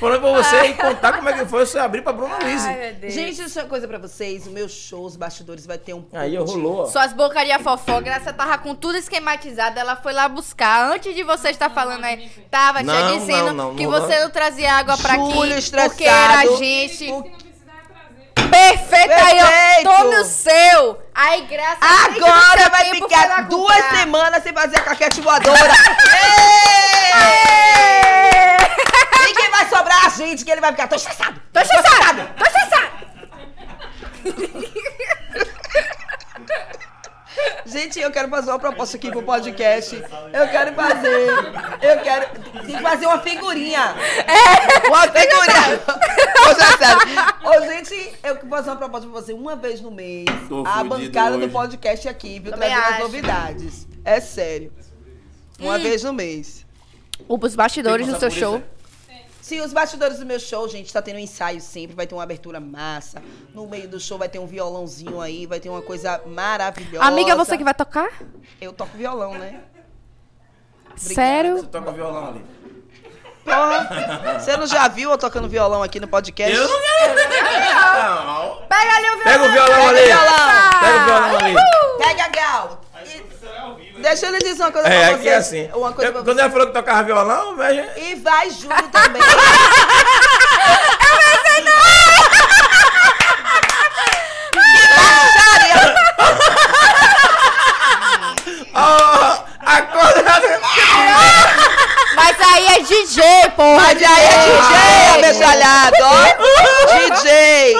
Falando pra você e contar como é que foi você abrir pra Bruna Luiz. Ai, meu Deus. gente, deixa uma coisa pra vocês. O meu show, os bastidores, vai ter um pouco Aí de- rolou, ó. Suas porcaria fofoca, Graça tava com tudo esquematizado, ela foi lá buscar. Antes de você estar falando aí, tava Não, já dizendo não, não, que não, você não. não trazia água pra Júlio aqui, estressado. porque era a gente. O- Perfeito, aí eu Perfeito. tome o seu. Aí, graças a Deus, Agora seu vai tempo foi lá ficar duas comprar. semanas sem fazer a caquete voadora. Ê! e quem vai sobrar a gente que ele vai ficar? Tô estressado. Tô estressada, tô estressada. Gente, eu quero fazer uma proposta aqui pro podcast. Eu quero fazer. Eu quero. Tem que fazer uma figurinha. Uma figurinha. Ô, já sério. Ô, gente, eu quero fazer uma proposta pra você uma vez no mês. Tô a fudido bancada hoje. do podcast aqui, viu? Também Trazendo as acho. novidades. É sério. Uma vez no mês. Os bastidores Tem do que seu passar show. por isso, Sim, os bastidores do meu show, gente, tá tendo um ensaio sempre, vai ter uma abertura massa. No meio do show vai ter um violãozinho aí, vai ter uma coisa maravilhosa. Amiga, você que vai tocar? Eu toco violão, né? Sério? Você toca violão ali. Porra! Você não já viu eu tocando violão aqui no podcast? Eu não quero. Não. Pega ali o Pega o violão ali. violão. Pega o violão ali. Pega, Gal! E... Deixa eu lhe dizer uma coisa É, pra aqui vocês. é assim. Uma coisa Eu- pra quando vocês. ela falou que tocava violão, velho. E vai Júlio também. Ah, acorda. Mas aí é DJ, porra. Mas aí é DJ, abechalhado, ó. DJ!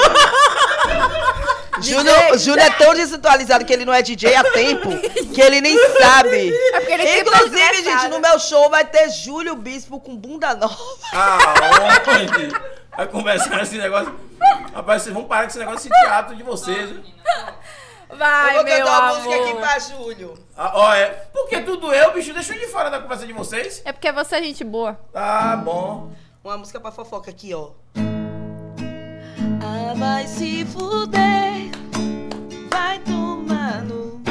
Júlio, Júlio é tão desatualizado que ele não é DJ há tempo que ele nem sabe. porque ele sempre tá Inclusive, gente, desgraçado. no meu show vai ter Júlio Bispo com bunda nova. Aonde? Ah, Vai conversar esse negócio. Rapaz, vocês vão parar com esse negócio de teatro de vocês. viu? Vai, eu vou meu cantar uma amor. música aqui pra Júlio. Ah, ó, é. Porque tudo eu, bicho, deixou de fora da conversa de vocês. É porque você é gente boa. Tá bom. Uma música pra fofoca aqui, ó. Ah, vai se fuder, vai tomar no.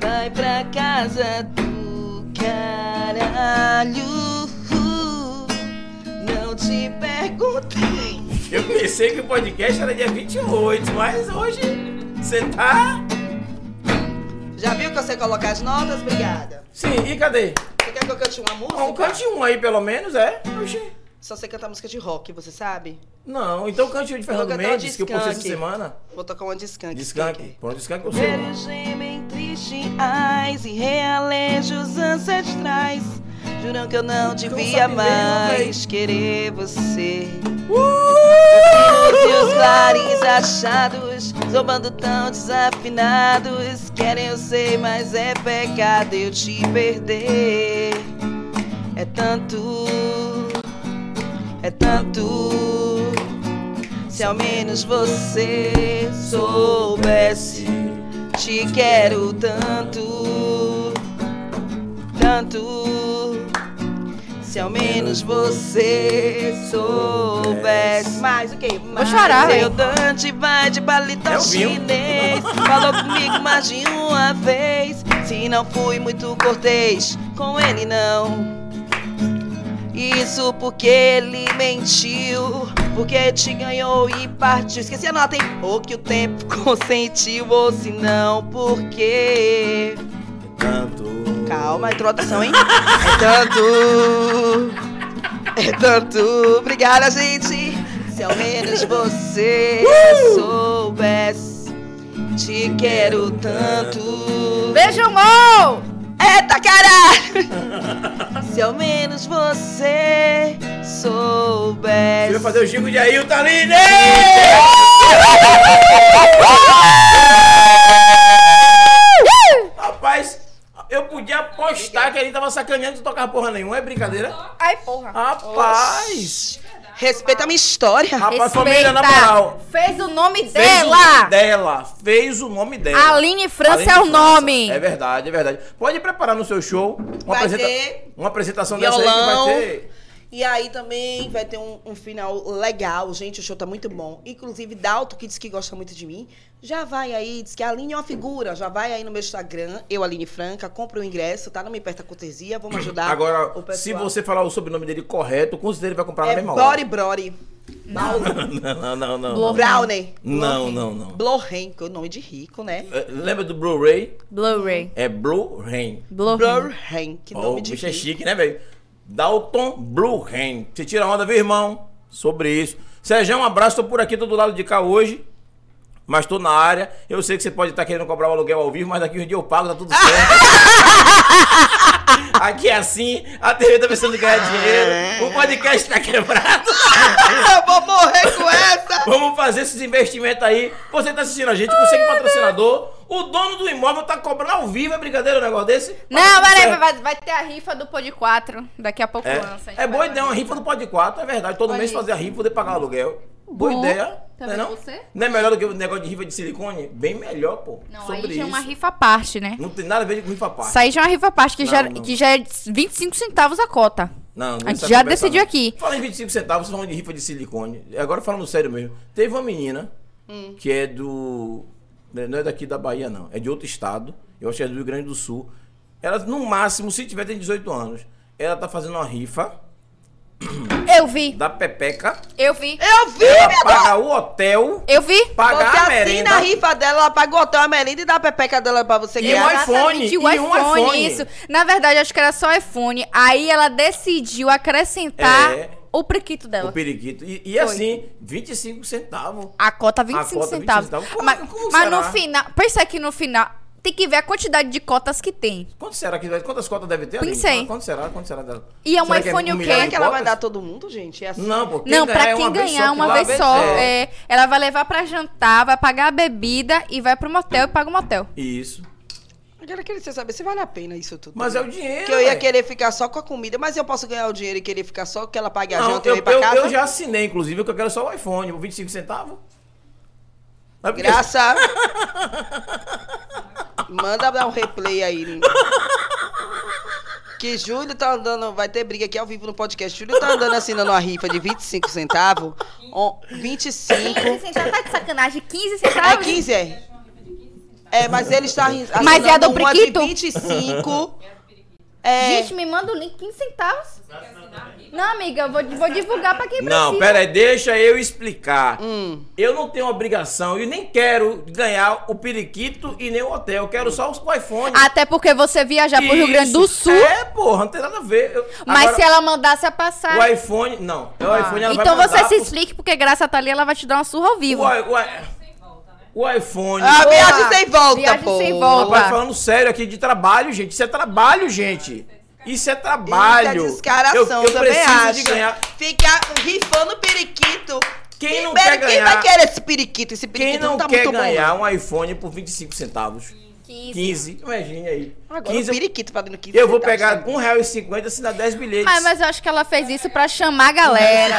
Vai pra casa do caralho. Não te perguntei. Eu pensei que o podcast era dia 28, mas hoje você tá. Já viu que eu sei colocar as notas? Obrigada. Sim, e cadê? Você quer que eu cante uma música? Bom, cante um aí pelo menos, é? Oxi. Só sei cantar música de rock, você sabe? Não, então cante o de Vou Fernando cantar o de Mendes, que eu postei essa Skank. semana. Vou tocar uma de skunk. De skunk. Pronto, de skunk eu sei. Velhos gemem tristezas e realejos ancestrais. Juram que eu não devia sabe ler, não, véi. mais querer você. Os sinos e os clarins achados, zombando tão desafinados. Querem eu sei, mas é pecado eu te perder. É tanto, é tanto. Se ao menos você soubesse, te quero tanto, tanto. Se ao menos você soubesse. Mais o quê? Vou chorar, Seu velho. Dante vai de É paletó o vinho. chinês. Falou comigo mais de uma vez. Se não fui muito cortês, com ele não. Isso porque ele mentiu, porque te ganhou e partiu. Esqueci a nota, hein? Ou que o tempo consentiu, ou se não, porque. Tanto. Calma, a introdução, hein? É tanto. É tanto. Obrigada, gente. Se ao menos você soubesse, te quero tanto. Beijo, Mo! Eita caralho! Se ao menos você Você soubesse. vai fazer o Chico de Ailton ali, né? Rapaz, eu podia apostar que ele tava sacaneando que tu tocava porra nenhuma. É brincadeira? Ai, porra. Rapaz! Respeita a minha história. Rapaz, Respeita. Ah, família, na moral. Fez o nome Fez o nome dela. dela. Fez o nome dela. Aline França Aline é o nome. É verdade, é verdade. Pode preparar no seu show uma, Vai apresenta- ter uma apresentação dessa aí violão. que vai ter. E aí também vai ter um, um final legal, gente. O show tá muito bom. Inclusive, Dalto, que diz que gosta muito de mim, já vai aí, diz que a Aline é uma figura. Já vai aí no meu Instagram, eu, Aline Franca, compra o ingresso, tá? Não me perca a cortesia, vamos ajudar. Tá. o Agora, pessoal. se você falar o sobrenome dele correto, com certeza ele vai comprar na É mesma hora. Brody Brody. não, não, não. Blor- não. Brownie. Não, não, não. Blohen, que é o nome de rico, né? É, Lembra do Blu-ray? Blu-ray. É Blu-ray. Blu-ray. Blohen, que Oh, nome o de bicho é rico. chique, né, velho? Dalton Blu-ray. Você tira onda, viu, irmão? Sobre isso. Sérgio, um abraço. Tô por aqui, tô do lado de cá hoje. Mas tô na área. Eu sei que você pode estar querendo cobrar o aluguel ao vivo, mas daqui um dia eu pago, tá tudo certo. Aqui é assim, a TV tá pensando em ganhar Ah, é. dinheiro, o podcast tá quebrado. Ah, Eu vou morrer com essa! Vamos fazer esses investimentos aí. Você tá assistindo a gente, consegue patrocinador. O dono do imóvel tá cobrando ao vivo, é brincadeira um negócio desse? Não, Mas tudo peraí, certo. vai, vai ter a rifa do Pod 4. Daqui a pouco lança. a gente É. É, é vai boa fazer. ideia, uma rifa do Pode 4, é verdade. Todo Olha mês aí. fazer a rifa e poder pagar o aluguel. Boa Bom. ideia. Tá não é vendo não? você? Não é melhor do que o negócio de rifa de silicone? Bem melhor, pô. Não, Sobre aí já isso. é uma rifa à parte, né? Não tem nada a ver com rifa à parte. Isso aí já é uma rifa à parte, que, Não, já, não. que já é 25 centavos a cota. Não, não A gente essa Ah, já conversa decidiu não. aqui. Fala em 25 centavos, tá falando de rifa de silicone. Agora falando sério mesmo. Teve uma menina Hum. que é do. né, Não é daqui da Bahia, não. É de outro estado. Eu acho que é do Rio Grande do Sul. Ela, no máximo, se tiver, tem 18 anos. Ela tá fazendo uma rifa Eu vi, da Pepeca. eu vi, Eu vi, Ela minha paga o hotel, eu vi. paga Você a assina merenda. a rifa dela, ela paga o hotel, a merenda e dá a pepeca dela pra você E um ganhar. iPhone, Exatamente, e um iPhone. isso. Na verdade, acho que era só iPhone. Aí ela decidiu acrescentar É. o prequito O dela. periquito. E, e assim, 25 centavos. A cota 25 cota 25 centavos. centavos. então, Como- mas como mas será? no final, pensa que no final tem que ver a quantidade de cotas que tem. Quanto será que vai? Quantas cotas deve ter? Pensei. Aline? Quanto será? Quanto será dela? E é um Será que iPhone o quê? milhão de Será que ela vai cotas? dar todo mundo, gente? É assim. Não, pô. Não, ganhar pra é quem ganhar só, uma que lá vez vai- só, é. é, ela vai levar pra jantar, vai pagar a bebida e vai pro motel e paga o motel. Isso. Agora eu queria saber se vale a pena isso tudo. Mas é o dinheiro. Porque eu ia ué. querer ficar só com a comida, mas eu posso ganhar o dinheiro e querer ficar só que ela pague a Não, janta e eu, eu ir pra eu- casa. eu já assinei, inclusive, que eu quero só o iPhone, por 25 centavos. Mas por quê? Graça. Manda dar um replay aí. Que Júlio tá andando, vai ter briga aqui ao vivo no podcast. Júlio tá andando assinando uma rifa de 25 centavos. ó, 25. 15 centavos, tá de sacanagem, 15 centavos? É 15, é? É, mas ele está ri- um assinando Mas é a do uma de periquito? 25. É, Gente, me manda o link, 15 centavos. Não, amiga, eu vou, vou divulgar pra quem Não, precisa. pera aí, deixa eu explicar. Hum. Eu não tenho obrigação e nem quero ganhar o periquito e nem o hotel. Eu quero só os- o iPhone. Até porque você viajar Tá pro Rio Grande do Isso. Sul, É, porra, não tem nada a ver. Eu- mas agora, se ela mandasse a passagem... O iPhone, não. É o iPhone, ela Então vai você mandar se os- explique, porque graça a Thalia, ela vai te dar uma surra ao vivo. O, i- o, i- o iPhone. A Boa. viagem sem volta, Viagem pô. sem volta. Rapaz, falando sério aqui de trabalho, gente. Isso é trabalho, gente. Isso é trabalho. Isso é descaração, eu, eu também preciso acho. de ganhar. Ficar rifando periquito. Quem não Primeiro, quer Quem vai ganhar- querer esse periquito? Esse periquito Quem não tá quer muito ganhar bom. um iPhone por 25 centavos? 15. 15. Imagine aí. não. Agora 15, o periquito fazendo 15 eu vou centavos. pegar R$1,50 se dá 10 bilhetes. Ah, mas eu acho que ela fez isso pra chamar a galera.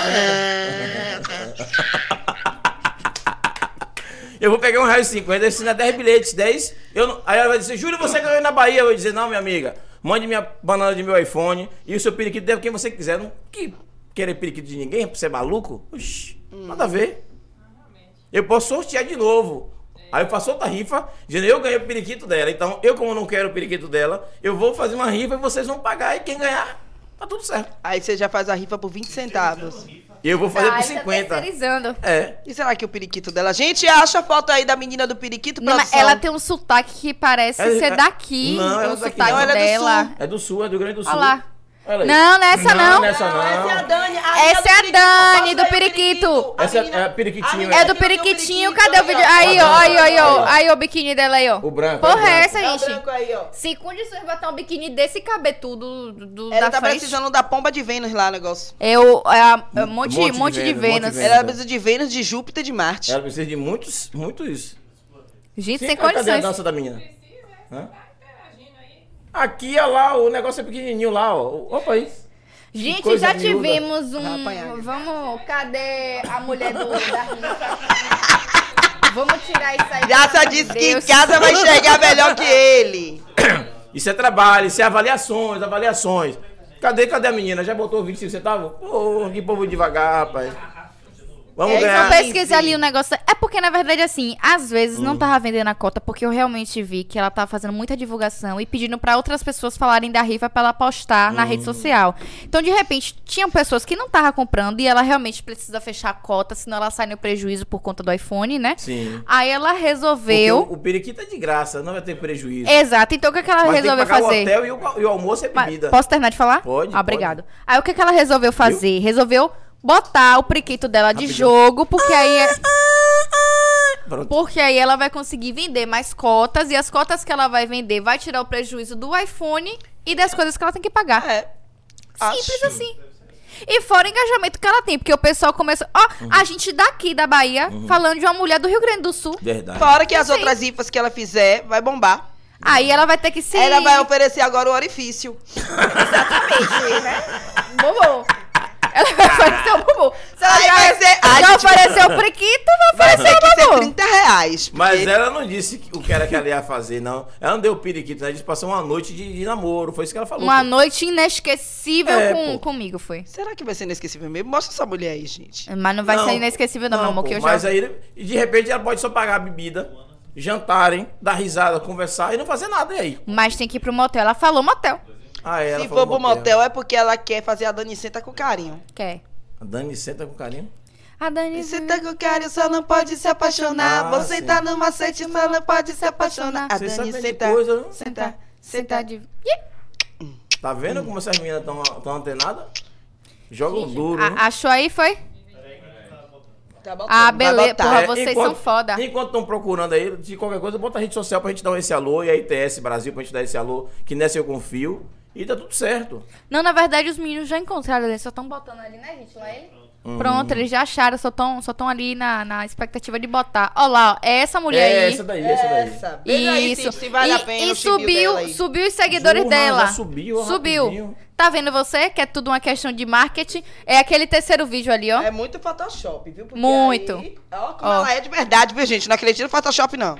Eu vou pegar um real e cinquenta, ensina 10 bilhetes, 10. Eu não- Aí ela vai dizer, Júlio, você ganhou na Bahia. Eu vou dizer, não, minha amiga, mande minha banana de meu iPhone e o seu periquito deve quem você quiser. Não que querer periquito de ninguém, você é maluco? Oxi, Hum. nada a ver. Eu posso sortear de novo. Aí eu faço outra rifa, dizendo, eu ganhei o periquito dela. Então, eu como não quero o periquito dela, eu vou fazer uma rifa e vocês vão pagar. E quem ganhar, tá tudo certo. Aí você já faz a rifa por 20 centavos. Eu vou fazer Ah, por tá 50. terceirizando. É. E será que o periquito dela? Gente, acha a foto aí da menina do periquito, Não, mas produção. ela tem um sotaque que parece Ela- é- ser daqui. Não, ela o é daqui, sotaque não, ela é do dela. sul. É do sul, é do Rio Grande do Sul. Olha lá. Olha aí. Não, não é essa não. nessa não. Essa é a Dani. a Essa do é a periquito, Dani passa do aí o periquito. Essa é- menina- é a periquitinho, a né? menina É do que tem o periquitinho, cadê o aí, ó. vídeo? Aí, ó, aí, ó, aí, ó. Aí, ó, o biquíni dela aí, ó. é O branco, é o Porra, é branco. essa, É o gente? branco aí, ó. Sem condições de botar um biquíni desse e caber tudo do, do- Ela da tá frente. precisando da pomba de Vênus lá, o negócio. É o é a- é um monte, Monte de monte, de Vênus, monte de Vênus. Vênus. É. Ela precisa de Vênus, de Júpiter, de Marte. Ela precisa de muitos, muito isso. Gente, Sim, sem cadê a condições. dança da menina? Hã? Aqui, olha lá, o negócio é pequenininho lá, ó. Opa aí. Gente, coisa já miúda. tivemos um. Vai apanhar. Vamos. Cadê a mulher do, da rifa? Vamos tirar isso aí. pelo Graça amor de disse que em Deus. casa vai chegar melhor que ele. Isso é trabalho, isso é avaliações, avaliações. Cadê, cadê a menina? Já botou 25 centavos? Pô, tá- que povo devagar, rapaz. Vamos É, Eu ganhar. então, pesquisei ali o negócio. É porque, na verdade, assim, às vezes Hum. não tava vendendo a cota, porque eu realmente vi que ela tava fazendo muita divulgação e pedindo pra outras pessoas falarem da rifa pra ela postar na Hum. rede social. Então, de repente, tinham pessoas que não tava comprando e ela realmente precisa fechar a cota, senão ela sai no prejuízo por conta do iPhone, né? Sim. Aí ela Porque resolveu. o, o periquito é de graça, não vai ter prejuízo. Exato, então o que, que ela Mas tem que resolveu pagar fazer? o hotel e o, e o almoço é Pa- bebida. Posso terminar de falar? Pode, Ah, obrigado. Aí o que, que ela resolveu fazer? Resolveu botar o priquito dela de Rapidinho. jogo, porque aí. é- Pronto. Porque aí ela vai conseguir vender mais cotas e as cotas que ela vai vender vai tirar o prejuízo do iPhone e das coisas que ela tem que Ah, pagar. É. Simples assim. E fora o engajamento que ela tem, porque o pessoal começou. Ó, a gente daqui da Bahia falando de uma mulher do Rio Grande do Sul. Verdade. Fora que as outras rifas que ela fizer, vai bombar. Aí ela vai ter que se. Ela vai oferecer agora o orifício. Exatamente, né? Bumbum. Ela vai oferecer o bumbum. Se ela Aí já, vai ser- Ai, já gente, ofereceu o prequito, vai Tem que oferecer ser o bumbum. 30 é reais. porque- Mas é- ela não disse que- o que era que ela ia fazer, não. Ela não deu o periquito, né? ela disse que passou uma noite de, de namoro. Foi isso que ela falou. Uma pô. noite inesquecível É, com, pô. comigo foi. Será que vai ser inesquecível mesmo? Mostra essa mulher aí, gente. Mas não vai ser inesquecível, não, meu amor, pô, que eu já. mas aí, e de repente, ela pode só pagar a bebida, jantarem, dar risada, conversar e não fazer nada. E aí? Mas tem que ir pro motel. Ela falou motel. Ah, ela Se falou for pro motel, é porque ela quer fazer a Dani senta com carinho. Quer. A Dani senta com carinho. A Dani. Senta com carinho, só não pode se apaixonar. Ah, Vou sim. sentar no macete, só não pode se apaixonar. A Vocês sabem Dani de senta, coisa, né? senta, Sentar senta. de. Ih, Tá vendo como essas meninas estão antenadas? Jogam duro. né? a- achou aí, foi? Tá bom, Ah, vai beleza, botar. porra. É, vocês são foda. Enquanto estão procurando aí, de qualquer coisa, bota a rede social pra gente dar esse alô e a ITS Brasil pra gente dar esse alô, que nessa eu confio. E tá tudo certo. Não, na verdade, os meninos já encontraram eles só estão botando ali, né, gente? Lá ele. Uhum. Pronto, eles já acharam, só estão só tão ali na, na expectativa de botar. Ó lá, ó, é essa mulher é aí. essa daí, essa daí. Essa. Veja aí Isso. se, se vale a E- pena e o chibio dela subiu, aí. subiu os seguidores Jura, dela. já subiu, Subiu. rapidinho. Tá vendo você? Que é tudo uma questão de marketing. É aquele terceiro vídeo ali, ó. É muito Photoshop, viu? Porque Muito. aí- Ó, como Ó. ela é de verdade, viu, gente? Não acredito no Photoshop, não.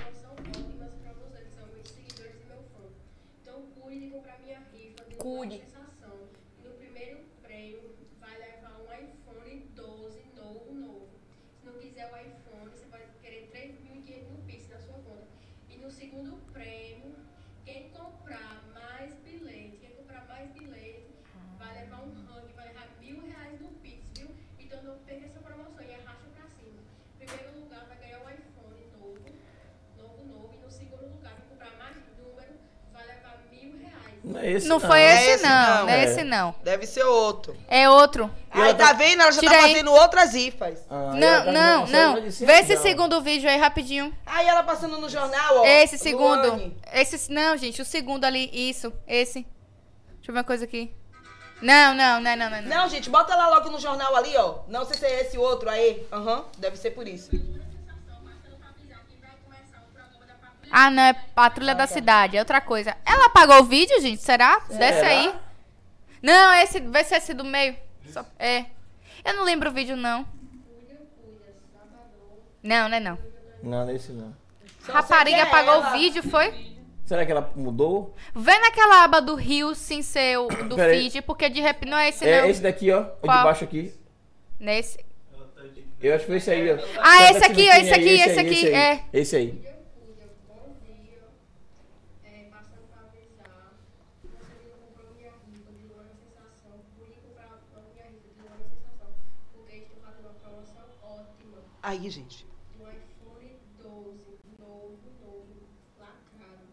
Então, cuide comprar minha rifa. deu Cuide. uma sensação. No primeiro prêmio, vai levar um iPhone 12 novo, novo. Se não quiser o iPhone, você vai querer 3.500 no Pix na sua conta. E no segundo prêmio, quem comprar mais bilhete, quem comprar mais bilhete, vai levar um ranking, vai levar mil reais no Pix, viu? Então, não perca essa promoção e arrasta pra cima. Primeiro lugar, vai ganhar um iPhone novo novo, novo. E no segundo lugar, quem comprar mais número, vai levar mil reais. Não é esse, Não foi é esse, esse não. não. Não é É. esse, não. Deve ser outro. É outro. Aí tá vendo? Ela já Tira tá aí. fazendo outras rifas. Ah, e a não, Dani não, consegue não. mais de cem, Vê esse não. segundo vídeo aí rapidinho. Aí ela passando no jornal, ó. esse segundo. Luane. Esse. Não, gente, o segundo ali. Isso, esse. Deixa eu ver uma coisa aqui. Não, não, não, não, não. não. Não, gente, bota lá logo no jornal ali, ó. Não sei se é esse outro aí. Aham, deve ser por isso. Ah, não, é Patrulha da Cidade, é outra coisa. Ela apagou o vídeo, gente? Será? Desce aí. Não, é esse, vai ser esse do meio. Só- é. Eu não lembro o vídeo, não. Não, não é não. Não, não. Cuida, Salvador, cuida Não, nesse não. Rapariga sei que é apagou ela. o vídeo, foi? Será que ela mudou? Vê naquela aba do Rio sem ser o do Peraí. feed, porque de repente não é esse é não. esse daqui, ó. O de Qual? baixo aqui. Nesse. Eu acho que foi esse aí, ó. Ah, Tá esse nessa aqui, ó, esse vitrine aí, aqui, esse aí, aqui, aí. é. Esse aí. Eu pude, eu podia, é, passando para avisar, você me comprou minha riba de uma sensação, por ir comprar uma minha riba de uma sensação, porque estou fazendo uma promoção ótima Aí, gente. do iPhone 12, novo, novo, lacrado.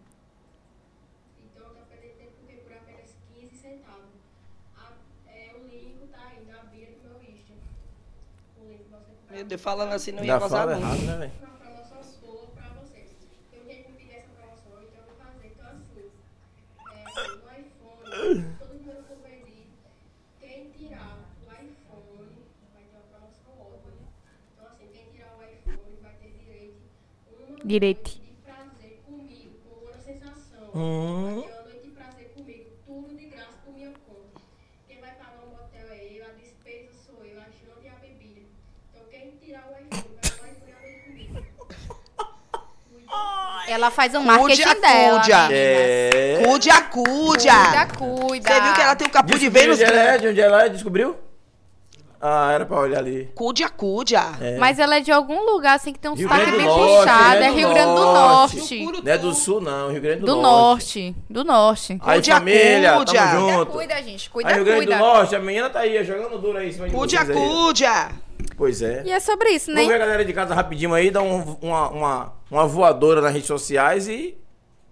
Então, eu tô perdendo tempo porque por apenas 15 centavos. A- é, o link tá aí na beira do meu Insta. O link você comprar. Meu Deus, falando assim não ia Ainda gozar fala nunca. errado, né, velho? uma promoção boa pra vocês. Eu tenho que pedir essa promoção, então eu vou fazer. Então, assim, é, o iPhone, todo mundo convenir, quem tirar o iPhone vai ter uma promoção ótima. Então, assim, quem tirar o iPhone vai ter direito a uma Direito. noite de prazer comigo, com uma sensação. Hum. Vai ter uma noite de prazer comigo, tudo de graça por minha conta. Quem vai pagar o motel é eu, a despesa sou eu, a janta e a bebida. Então quem tirar o iPhone vai lá e por aí comigo. Ela faz um marketing Cuide, dela. cuide. meninas. É. Cuide a cuja. Cuida, cuida. Você viu que ela tem um capu de Descobriu Vênus? onde ela é? De onde ela é? Descobriu? Ah, era pra olhar ali. Cuide a cuja. É. Mas ela é de algum lugar, assim, que tem um Rio sotaque Grande do bem Norte, puxado. Rio É Grande do Rio Grande do Norte. Norte. Não é do sul, não. Rio Grande do, Do norte. Do norte. Aí, Cuide a família, tamo cuja. Cuida, junto. cuida, gente. aí, Cuida, Rio Grande cuida. do Norte, a menina tá aí, ó, jogando duro aí em cima de Cuide a vocês aí. cuja. Pois é. E é sobre isso, né? Vamos ver a galera de casa rapidinho aí, dá um- uma, uma, uma voadora nas redes sociais e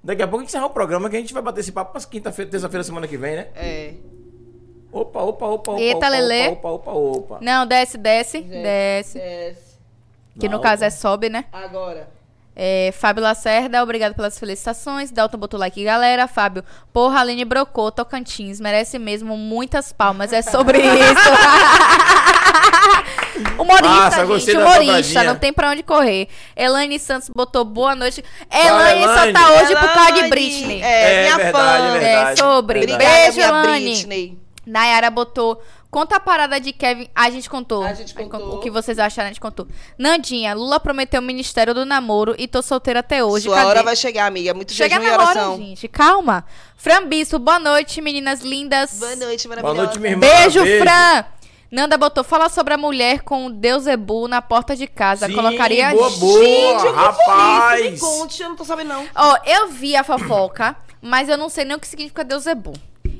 daqui a pouco encerrar o programa que a gente vai bater esse papo pra quinta-feira, terça-feira, semana que vem, né? É. Opa, opa, opa, opa. Eita, opa, Lelê. Opa, opa, opa. Não, desce, desce, desce. Desce. Que Não, no caso opa. é sobe, né? É, Agora. É, Fábio Lacerda, obrigado pelas felicitações. Dalton botou like, galera. Fábio, porra, Aline brocou, Tocantins, merece mesmo muitas palmas. É sobre isso. humorista, Massa, gente, gostei da humorista, dobradinha. não tem pra onde correr. Elaine Santos botou boa noite. Elaine só tá Elaine. hoje por causa de Elaine, Britney. É, É minha verdade, fã. é verdade. sobre. Verdade. Beijo, Obrigada, minha Elaine. Britney. Nayara botou. Conta a parada de Kevin. A gente contou. A gente contou. O que vocês acharam, a gente contou. Nandinha, Lula prometeu o Ministério do Namoro e tô solteira até hoje. Sua Cadê? hora vai chegar, amiga. Muito Chega jejum e na hora, oração. gente. Calma. Fran Bispo, boa noite, meninas lindas. Boa noite, Boa maravilhosa. noite, minha irmã. Beijo, Fran. Nanda botou, fala sobre a mulher com o Deusebu na porta de casa. Sim, Colocaria boa, boa, Isso, me rapaz. conte, eu não tô sabendo, não. Ó, eu vi a fofoca, mas eu não sei nem o que significa Deusebu.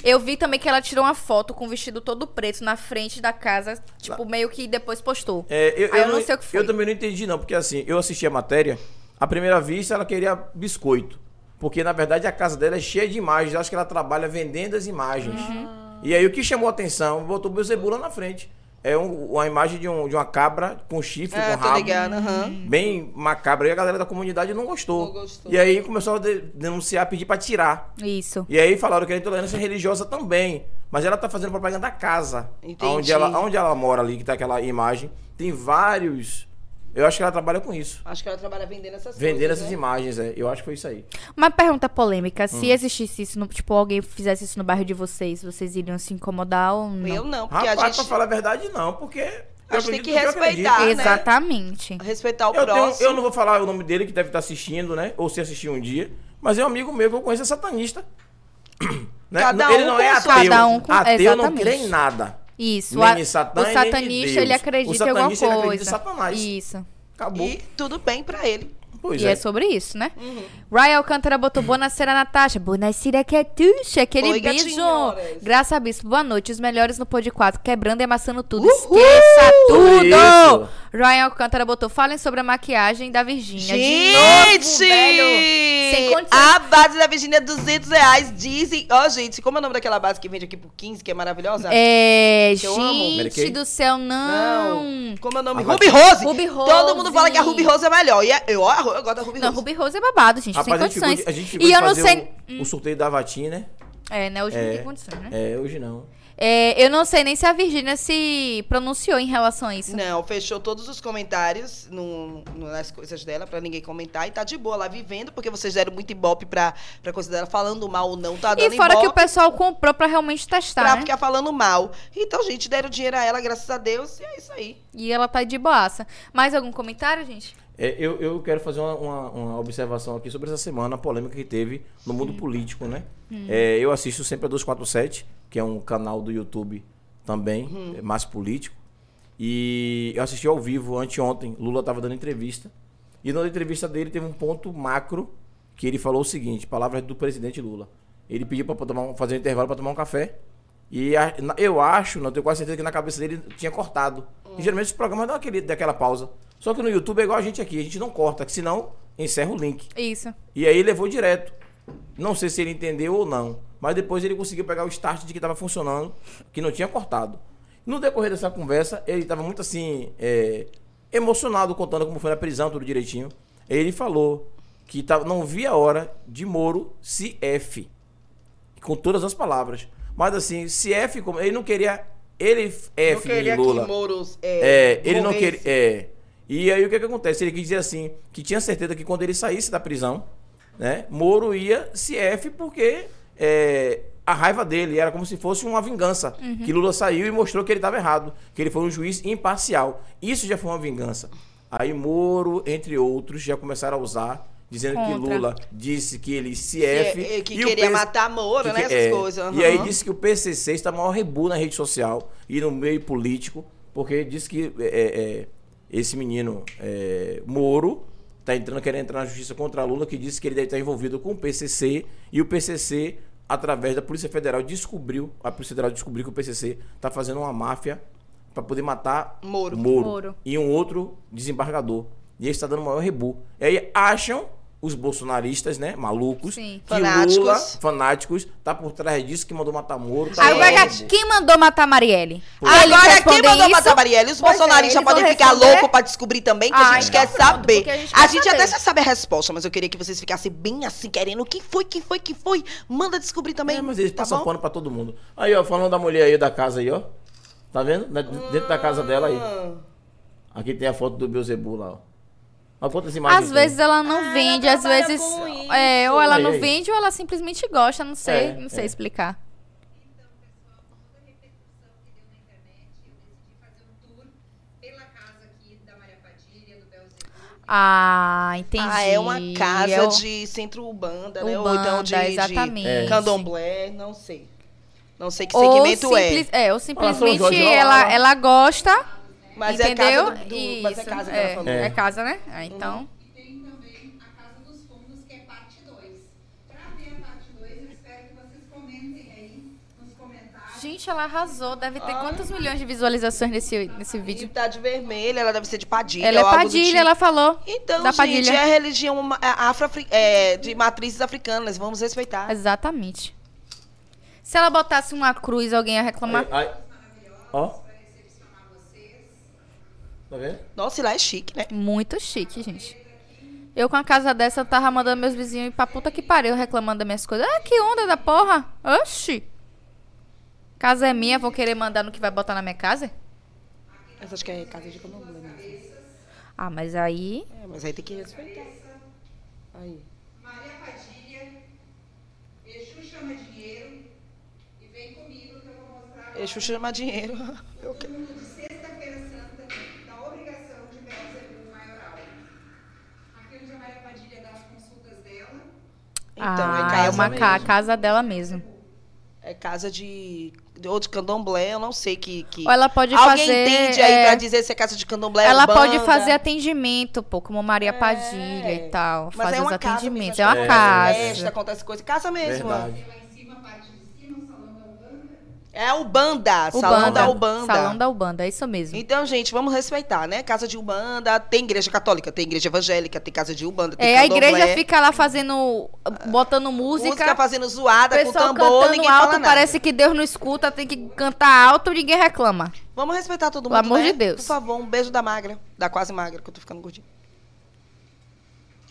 Eu vi também que ela tirou uma foto com o vestido todo preto na frente da casa, tipo, meio que depois postou. É, Aí eu, eu Ah, eu não sei o que foi. Eu também não entendi, não, porque assim, eu assisti a matéria, à primeira vista ela queria biscoito. Porque, na verdade, a casa dela é cheia de imagens. eu Acho que ela trabalha vendendo as imagens. Uhum. E aí, o que chamou a atenção? Botou o Beuzebu lá na frente. É um- uma imagem de, um- de uma cabra com chifre, Ah, com tô rabo. ligada, aham. Bem macabra. E a galera da comunidade não gostou. Uhum. Não gostou. E aí, começou a de- denunciar, pedir pra tirar. Isso. E aí falaram que era intolerância religiosa também. Mas ela tá fazendo propaganda da casa. Entendi. Onde ela, onde ela mora ali, que tá aquela imagem. Tem vários. Eu acho que ela trabalha com isso. Acho que ela trabalha vendendo essas coisas. Vendendo essas né? imagens, é. Eu acho que foi isso aí. Uma pergunta polêmica. Se Hum. existisse isso, no, tipo, alguém fizesse isso no bairro de vocês, vocês iriam se incomodar ou não? Eu não, porque Rapaz, a gente pra falar a verdade, não, porque. eu A gente tem acredito que no eu acredito. respeitar, né? Exatamente. respeitar o Eu, tenho- próximo. eu não vou falar o nome dele, que deve estar assistindo, né? Ou se assistir um dia. Mas é um amigo meu que eu conheço, é satanista. Né? Cada ele um não com é a ateu. sua- Cada um com- Ateu não exatamente. crê em nada. Isso. Nem a- em Satã e o nem em satanista, Deus. ele O acredita em alguma satanista, coisa. ele acredita em Satanás. Isso. Acabou. E tudo bem pra ele. Pois e é. sobre isso, né? Uhum. Ryan Alcântara botou Bonacera Natasha. Bonacera Catuxa, é aquele Oi, beijo. gatinhoras. Graça a Bispo, boa noite. Os melhores no Pod 4, quebrando e amassando tudo. Esqueça tudo! Isso. Ryan Alcântara botou, falem sobre a maquiagem da Virgínia. De novo, velho! Sem Gente! condição. A base da Virgínia é 200 reais. Dizem. Ó, gente, como é o nome daquela base que vende aqui por 15, que é maravilhosa? É, Que eu amo. Mary gente Kay? do céu, não. Não. Como é o nome? A Ruby Rose. Ruby Todo mundo Rose. fala que a Ruby Rose é melhor. E é- eu, ó, eu gosto da Ruby Não, Rose. Ruby Rose é babado, gente, Rapaz, a sem gente ficou, de- condições. a gente ficou e de eu não fazer sei. o, o sorteio da Vatim, né? É, né? Hoje não É. tem condições, né? É, hoje não. É, eu não sei nem se a Virgínia se pronunciou em relação a isso. Não, fechou todos os comentários no- no- nas coisas dela pra ninguém comentar. E tá de boa lá vivendo, porque vocês deram muito ibope pra, pra coisa dela falando mal ou não. Tá E dando fora que o ibope pessoal comprou pra realmente testar, pra né? ficar falando mal. Então, gente, deram dinheiro a ela, graças a Deus. E é isso aí. E ela tá de boaça. Mais algum comentário, gente? É, eu, eu quero fazer uma, uma- uma observação aqui sobre essa semana, a polêmica que teve no mundo político, né? É, eu assisto sempre a 247, que é um canal do YouTube também, é, mais político. E eu assisti ao vivo anteontem, Lula estava dando entrevista. E na entrevista dele teve um ponto macro que ele falou o seguinte, palavras do presidente Lula. Ele pediu para fazer um intervalo para tomar um café. E a- na- eu acho, não tenho quase certeza que na cabeça dele tinha cortado. E geralmente os programas dão aquele, daquela pausa. Só que no YouTube é igual a gente aqui, a gente não corta, que senão encerra o link. Isso. E aí levou direto. Não sei se ele entendeu ou não, mas depois ele conseguiu pegar o start de que estava funcionando, que não tinha cortado. No decorrer dessa conversa, ele estava muito assim, é, emocionado, contando como foi na prisão, tudo direitinho. Ele falou que tava, não via a hora de Moro se F com todas as palavras. Mas assim, se F, como- ele não queria. Ele F Eu queria de Lula. que Moros. É, ele não morresse. queria. É. E aí o que, que acontece? Ele quis dizer assim, que tinha certeza que quando ele saísse da prisão, né, Moro ia se F porque é, a raiva dele era como se fosse uma vingança. Uhum. Que Lula saiu e mostrou que ele estava errado, que ele foi um juiz imparcial. Isso já foi uma vingança. Aí Moro, entre outros, já começaram a usar, dizendo que Contra. Lula disse que ele se É, F. é, que e o queria PS matar Moro, que- né? que- Essas é. coisas. E aí aham. disse que o PCC está maior rebu na rede social e no meio político, porque disse que é, é, é, esse menino é, Moro está entrando, querendo entrar na justiça contra Lula, que disse que ele deve estar envolvido com o PCC e o PCC, através da Polícia Federal, descobriu, a Polícia Federal descobriu que o PCC está tá fazendo uma máfia para poder matar Moro. Moro. e um outro desembargador. E ele está dando maior rebu. E aí acham os bolsonaristas, né, malucos, Sim. que Fanáticos. Lula, fanáticos, tá por trás disso que mandou matar Moro. Tá Agora, mandando- quem mandou matar Marielle? Ah, eles Agora, quem respondem mandou isso? matar a Marielle? Os Pois é, bolsonaristas eles podem vão ficar responder. loucos pra descobrir também, que Ah, a gente então quer pronto, saber. porque a gente A quer gente saber. até já sabe a resposta, mas eu queria que vocês ficassem bem assim, querendo o que foi, que foi, que foi. Manda descobrir também. É, mas eles tá passam bom? pano pra todo mundo. Aí, ó, falando da mulher aí da casa aí, ó. Tá vendo? Na- Dentro da casa dela aí. Aqui tem a foto do Beuzebu lá, ó. Olha quantas imagens. Às tem. vezes ela Ah, não ela vende, às trabalha vezes. com isso. é, ou ela Aí, não aí. vende, ou ela simplesmente gosta, não sei, É, não sei é. explicar. pela casa aqui da Maria Padilha, do Belzebu. Ah, entendi. um Ah, é uma casa Eu- de centro urbanda, né? Ou Urbanda, então de, exatamente. É. de candomblé, não sei. Não sei que Ou segmento simples- ou São simplesmente Jorge, ó, ela, ó. ela gosta, é. Mas entendeu? é casa do, do, mas é Isso, casa que é, ela falou. Uhum. é casa, né? Ah, então. E tem também a Casa dos Fundos, que é parte 2. Para ver a parte 2, eu espero que vocês comentem aí nos comentários. Gente, ela arrasou. Deve ter quantos milhões de visualizações nesse, nesse E vídeo? tá de vermelha, ela deve ser de Padilha. Ela é ou algo do padilha, tipo. ela falou. Então, da gente, Padilha. é a religião ma- é afro é, de matrizes africanas, vamos respeitar. Exatamente. Se ela botasse uma cruz, alguém ia reclamar. Aí, aí. Ó. Tá vendo? Nossa, e lá é chique, né? Muito chique, gente. Eu com a casa dessa, eu tava mandando meus vizinhos ir pra puta que pariu reclamando das minhas coisas. Ah, que onda da porra! Oxi! Casa é minha, vou querer mandar no que vai botar na minha casa? Mas acho que é casa de candomblé mesmo. Ah, mas aí. É, mas aí tem que respeitar. Aí. Maria Padilha, Exu chama dinheiro e vem comigo que eu vou mostrar Deixa eu chamar dinheiro. Eu o mundo de Sexta-feira Santa da obrigação de Belzebu maioral. Aqui onde a Maria Padilha dá as consultas dela. ah, é, Então, casa uma mesmo. ca- casa dela mesmo. É casa de. de- Ou de candomblé, eu não sei que. que... Ou ela pode Alguém fazer. entende aí é, pra dizer se é casa de candomblé ela urbana? pode fazer atendimento, pô, como Maria Padilha e tal. Mas fazer é os uma casa atendimentos. mesmo, é acho uma que casa. Festa, acontece coisa. Casa mesmo. Verdade. É a Ubanda, Ubanda, salão da Ubanda. Salão da Ubanda, é isso mesmo. Então, gente, vamos respeitar, né? Casa de Ubanda, tem igreja católica, tem igreja evangélica, tem casa de Ubanda, tem É, a candomblé. igreja fica lá fazendo. botando música. música fazendo o zoada com pessoal tambor, cantando ninguém alto, fala nada. parece que Deus não escuta, tem que cantar alto, ninguém reclama. Vamos respeitar todo mundo, Pelo amor de né? Deus. Por favor, um beijo da magra, da quase magra, que eu tô ficando gordinha.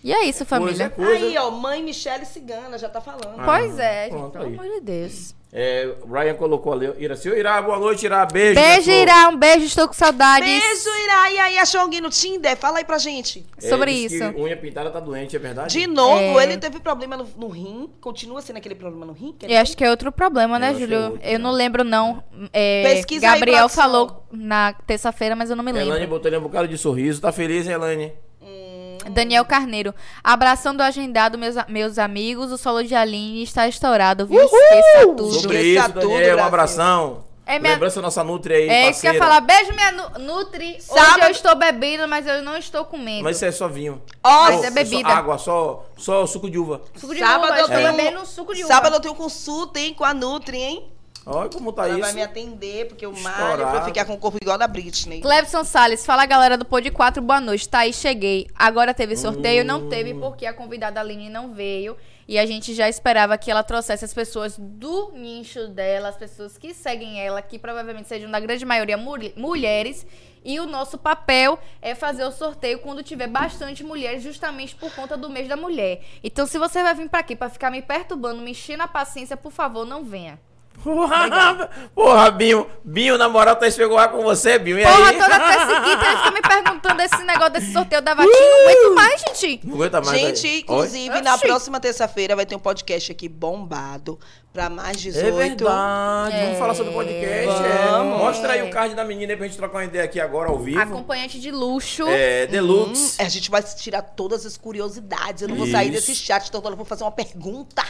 E é isso, Coisa família. é coisa. Aí, ó, mãe Michele Cigana, já tá falando. Ah, Pois é, pronto, gente, pelo aí. amor de Deus. É, o Ryan colocou ali. Ira, seu Irá, boa noite, Irá. Beijo. né, Beijo, meu povo. Irá, um beijo, estou com saudades. Beijo, Ira. E aí, achou alguém no Tinder? Fala aí pra gente. É, Sobre diz isso. Que unha pintada tá doente, é verdade? De novo, É. ele teve problema no, no rim. Continua sendo aquele problema no rim? que ele Eu acho que é outro problema, Eu né, acho que é Júlio? outro, eu né? não lembro, não. É, Pesquisa aí, Gabriel produção. falou na terça-feira, mas eu não me Elane lembro. botou ali um bocado de sorriso. Tá feliz, hein, Elane? Hum, Daniel Carneiro. Abração do agendado, meus, a- meus amigos. O solo de Aline está estourado, viu? Esqueça tudo. Sobre Esqueça isso, tudo, Daniel, um Brasil. abração. É minha- Lembrança da nossa Nutri aí, É isso que eu parceira. ia falar. Beijo, minha nu- Nutri. Hoje Sábado- eu estou bebendo, mas eu não estou comendo. Mas isso é só vinho. Ó, Mas Só- é bebida. Só água, só, só suco de uva. Suco de sábado uva, eu eu estou tenho- um bebendo um suco de uva. Sábado eu tenho consulta, hein, com a Nutri, hein? Olha como tá Ela isso. vai me atender, porque o Estourado. Mário, pra eu ficar com o corpo igual da Britney. Clebson Salles, fala galera do Pod 4, boa noite. Tá aí, cheguei. Agora teve sorteio, não teve porque a convidada Aline não veio. E a gente já esperava que ela trouxesse as pessoas do nicho dela, as pessoas que seguem ela, que provavelmente sejam na grande maioria mul- mulheres. E o nosso papel é fazer o sorteio quando tiver bastante mulheres, justamente por conta do mês da mulher. Então, se você vai vir pra aqui pra ficar me perturbando, me enchendo a paciência, por favor, não venha. Porra, porra, Binho. Binho, na moral, tá esfegou com você, Binho. E Porra, aí? toda terça e quinta ele fica me perguntando esse negócio desse sorteio da Vatinha. Não Uh! aguento mais, gente. Não aguenta mais. Gente, aí. Oi? inclusive, na Oxi. próxima terça-feira vai ter um podcast aqui bombado pra mais É 18. verdade. Vamos falar sobre o podcast. é. Vamos. Mostra aí o card da menina aí pra gente trocar uma ideia aqui agora ao vivo. Acompanhante de luxo. É, Hum, Deluxe. a gente vai tirar todas as curiosidades. Eu não vou sair Isso. desse chat, então eu vou fazer uma pergunta.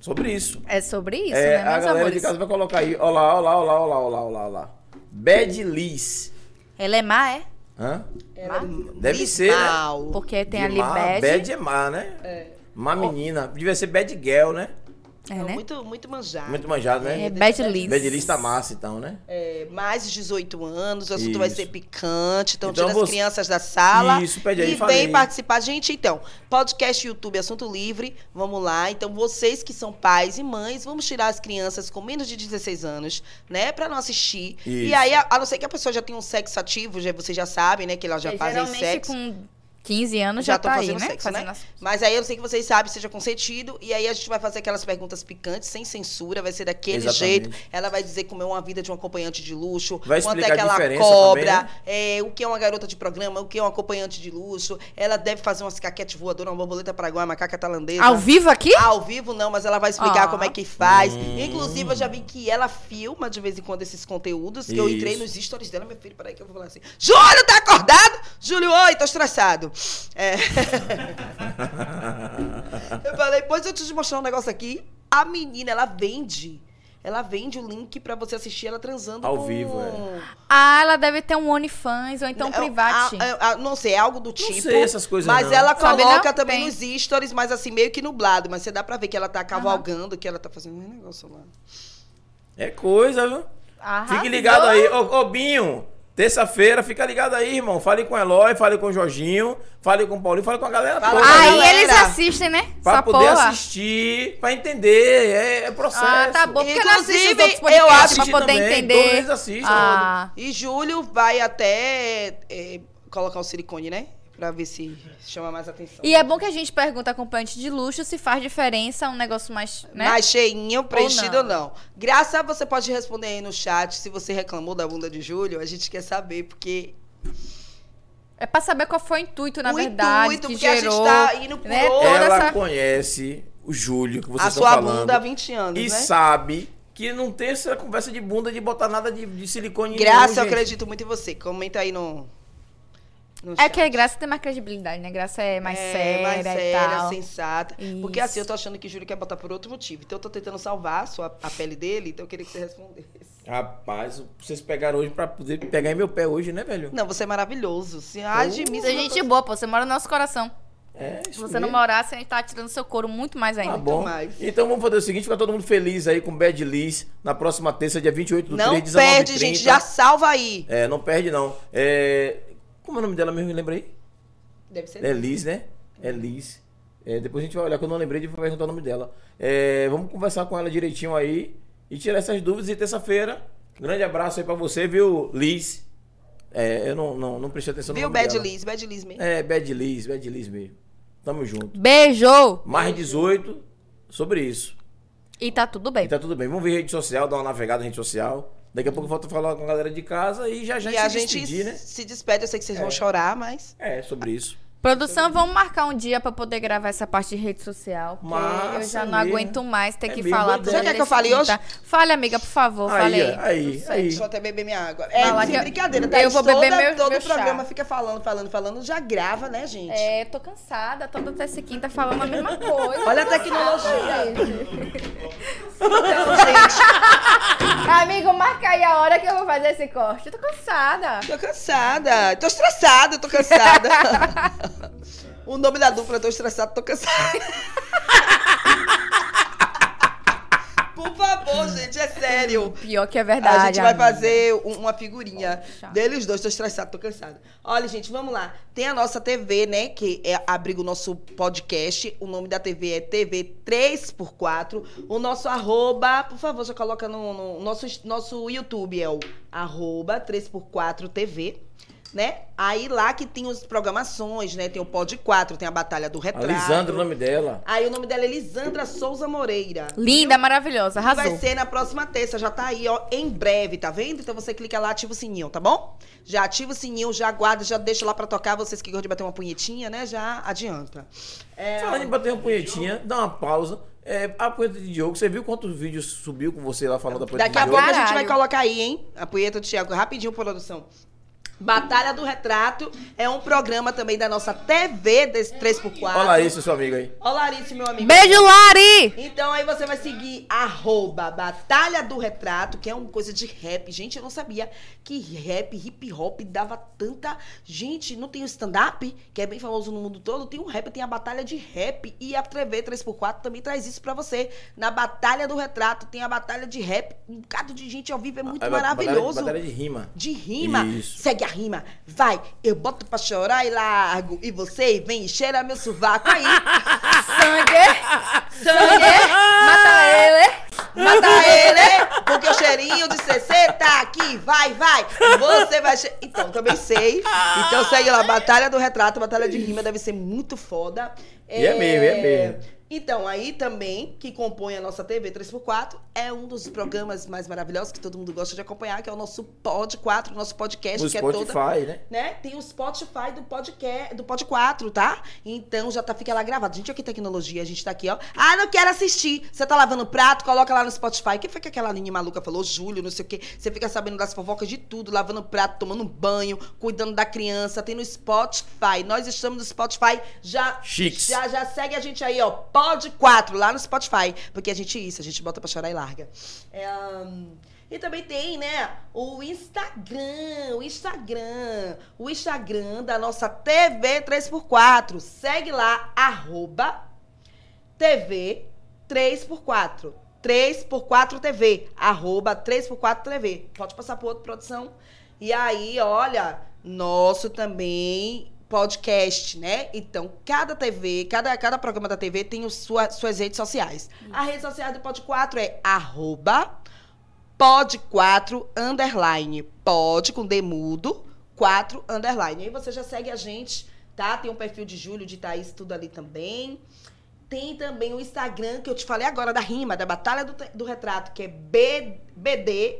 Sobre isso. É sobre isso, É, né, meus a galera de amores? casa vai colocar aí. Olá, olá, olá, olá, olá, olá, olá. Bad Liz. Ela é má, é? Hã? Ela Deve ser, né? mal. Porque tem De ali má, bad. Bad é má, né? É. Má menina. Devia ser Bad Girl, né? É, né? Muito, muito manjado. Muito manjado, né? É bad list. Bad Liz tá massa, então, né? É, mais de 18 anos, o assunto vai Isso. ser picante. Então, Então tira as você- crianças da sala. Isso, pede aí, E fala aí. vem participar. Gente, então, podcast YouTube Assunto Livre, vamos lá. Então, vocês que são pais e mães, vamos tirar as crianças com menos de 16 anos, né? Pra não assistir. Isso. E aí, a, a não ser que a pessoa já tenha um sexo ativo, já, vocês já sabem, né? Que elas já É, fazem Geralmente sexo. com 15 anos já, Já tá tão aí, fazendo né? sexo, fazendo né? as- Mas aí eu sei que vocês sabem, seja consentido. E aí a gente vai fazer aquelas perguntas picantes, sem censura, vai ser daquele Exatamente. jeito. Ela vai dizer como é uma vida de um acompanhante de luxo, Vai quanto é explicar que a ela diferença cobra, também, né? é, o que é uma garota de programa, o que é um acompanhante de luxo. Ela deve fazer umas caquete voadoras, uma borboleta paraguaia, uma macaca tailandesa. Ao vivo aqui? Ao vivo não, mas ela vai explicar Ah. como é que faz. Hum. Inclusive, eu já vi que ela filma de vez em quando esses conteúdos. Que eu Isso. entrei nos stories dela, meu filho, peraí que eu vou falar assim. Júlio, tá acordado? Júlio, oi, tô estressado. É. Eu falei, pois eu te mostrar um negócio aqui. A menina, ela vende. Ela vende o link pra você assistir ela transando Ao com- vivo, é. Ah, ela deve ter um OnlyFans ou então um É, private. a- a- a- não sei, é algo do tipo. sei essas coisas, Mas não. ela Sabe, coloca não? também Tem. nos stories, mas assim, meio que nublado. Mas você dá pra ver que ela tá cavalgando, que ela tá fazendo um negócio lá. É coisa, viu? Arrasou. Fique ligado aí. Ô, ô Binho, terça-feira, fica ligado aí, irmão. Fale com o Eloy, fale com o Jorginho, fale com o Paulinho, fale com a galera Fala toda. né, com a Aí galera. eles assistem, né? Pra Essa poder porra. assistir, pra entender. É, é processo. Ah, tá bom. Porque não assiste os Inclusive, outros eu podcasts pra Assiste poder também, Todos entender. eles assistem. Ah. E Júlio vai até é, colocar o silicone, né? Pra ver se chama mais atenção. E é bom que a gente pergunta acompanhante de luxo se faz diferença um negócio mais, né? Mais cheinho, um preenchido não. ou não. Graça, você pode responder aí no chat se você reclamou da bunda de Júlio. A gente quer saber, porque É pra saber qual foi o intuito, na O verdade, intuito, que porque a gente gerou. tá indo por né? outro. Toda Ela essa... conhece o Júlio, que vocês a estão sua falando. bunda há 20 anos, e né? sabe que não tem essa conversa de bunda de botar nada de, de silicone em Graça, nenhum, eu gente. acredito muito em você. Comenta aí no. no É chat. que a Graça tem mais credibilidade, né? Graça é mais É, séria mais e séria, assim, tal. sensata. Porque assim, Isso. eu tô achando que Júlio quer botar por outro motivo. Então eu tô tentando salvar a, sua- a pele dele, então eu queria que você respondesse. Rapaz, vocês pegaram hoje pra poder pegar em meu pé hoje, né, velho? Não, você é maravilhoso. Se age de mim, Você é gente boa, pô. Você mora no nosso coração. É, Se isso você não mesmo. morasse, a gente tá tirando seu couro muito mais Tá ainda. bom. mais. Então vamos fazer o seguinte, fica todo mundo feliz aí com Bad Liz na próxima terça, dia 28 do Não 3, 19 perde, gente. Já salva aí. É, não perde não. É... Como é o nome dela mesmo, me lembra aí? Deve ser. É Liz, né? É Liz. É, depois a gente vai olhar, que eu não lembrei de perguntar o nome dela. É, vamos conversar com ela direitinho aí e tirar essas dúvidas. E terça-feira, grande abraço aí pra você, viu, Liz? É, eu não, não, não prestei atenção no Viu, nome Bad dela. Liz? Bad Liz mesmo. É, Bad Liz, Bad Liz mesmo. Tamo junto. Beijo! Mais 18 sobre isso. E tá tudo bem. E tá tudo bem. Vamos ver rede social, dar uma navegada na rede social. Daqui a pouco eu volto a falar com a galera de casa e já já e a se gente despedir, né? se despede. Eu sei que vocês É. vão chorar, mas. É, sobre isso. Produção, vamos marcar um dia pra poder gravar essa parte de rede social. porque Massa, eu já não amiga. aguento mais ter É que mesmo, falar verdade. toda Você quer que eu vez fale hoje? quinta. Fale, amiga, por Ah, favor. fale Aí, aí. aí, aí. Deixa eu até beber minha água. É, Fala que sem eu- brincadeira, tá? eu vou Toda- beber meu- Todo meu chá. programa fica falando, falando, falando. Já grava, né, gente? É, tô cansada. Toda terça e quinta falando a mesma coisa. Olha a Tô tecnologia. cansada, gente. Então, gente, Amigo, marca aí a hora que eu vou fazer esse corte. Eu tô cansada. tô cansada. Tô estressada, tô cansada. o nome da dupla, tô estressada, tô cansada. Por favor, gente, é sério. Pior que é verdade. A gente vai amiga. fazer um- uma figurinha Poxa. deles dois. Tô estressado, tô cansada. Olha, gente, vamos lá. Tem a nossa TV, né? Que é- abriga o nosso podcast. O nome da TV é TV 3x4. O nosso arroba, por favor, já coloca no, no nosso, nosso YouTube. É o arroba 3x4 TV. Né? Aí lá que tem as programações, né? Tem o Pod 4, tem a Batalha do A Retrato. Lisandra, o nome dela. Aí o nome dela é Lisandra Souza Moreira. Linda, maravilhosa, Que arrasou. Vai ser na próxima terça, já tá aí, ó, em breve, tá vendo? Então você clica lá, ativa o sininho, tá bom? Já ativa o sininho, já aguarda, já deixa lá pra tocar, vocês que gostam de bater uma punhetinha, né? Já adianta. É, Falando em bater uma punhetinha, dá uma pausa. É, a punheta de Diogo, você viu quantos vídeos subiu com você lá falando da punheta daqui a de Diogo? pouco a gente vai Caralho. colocar aí, hein? A punheta do Thiago, rapidinho, produção. Batalha do Retrato é um programa também da nossa TV desse 3x4. Olha lá isso, seu amigo aí. Ó, Larice, meu amigo. Beijo, Lari! Então aí você vai seguir arroba Batalha do Retrato, que é uma coisa de rap. Gente, eu não sabia que rap, hip hop dava tanta. Gente, não tem o stand-up, que é bem famoso no mundo todo, tem o rap, tem a batalha de rap. E a TV 3x4 também traz isso pra você. Na Batalha do Retrato, tem a batalha de rap. Um bocado de gente ao vivo, é muito A- a maravilhoso. Ah, Batalha, batalha de rima. De rima, Isso. segue a rima, vai, eu boto pra chorar e largo. E você vem e cheira meu sovaco aí. Sangue! Sangue! Mata ele! Mata ele, porque o cheirinho de CC tá aqui, vai, vai. Você vai. che- Então, também sei. Então segue lá, Batalha do Retrato, Batalha de Rima, deve ser muito foda. E é mesmo, é mesmo. Então, aí também, que compõe a nossa TV 3x4, é um dos programas mais maravilhosos que todo mundo gosta de acompanhar, que é o nosso Pod 4, nosso podcast, No que é Spotify, toda né? né? Tem o Spotify do podcast, do Pod 4, tá? Então já tá, fica lá gravado. Gente, olha que tecnologia, a gente tá aqui, ó. Ah, não quero assistir. Você tá lavando o prato, coloca lá no Spotify. Quem foi que aquela linha maluca falou? Júlio, não sei o quê. Você fica sabendo das fofocas de tudo, lavando o prato, tomando banho, cuidando da criança. Tem no Spotify. Nós estamos no Spotify já Chiques. já, já segue a gente aí, ó. Pod 4, lá no Spotify. Porque a gente, isso, a gente bota pra chorar e larga. É, hum, E também tem, né, o Instagram, o Instagram, o Instagram da nossa TV 3x4. Segue lá, arroba TV 3x4. 3x4 TV, arroba 3x4 TV. Pode passar por outra produção. E aí, olha, nosso também podcast, né? Então, cada TV, cada, cada programa da TV tem os sua, suas redes sociais. A rede social do Pod 4 é arroba pod 4 underline. Pod com demudo 4 underline. Aí você já segue a gente, tá? Tem o perfil de Júlio, de Thaís, tudo ali também. Tem também o Instagram que eu te falei agora da rima, da Batalha do, Te- do Retrato, que é B, BD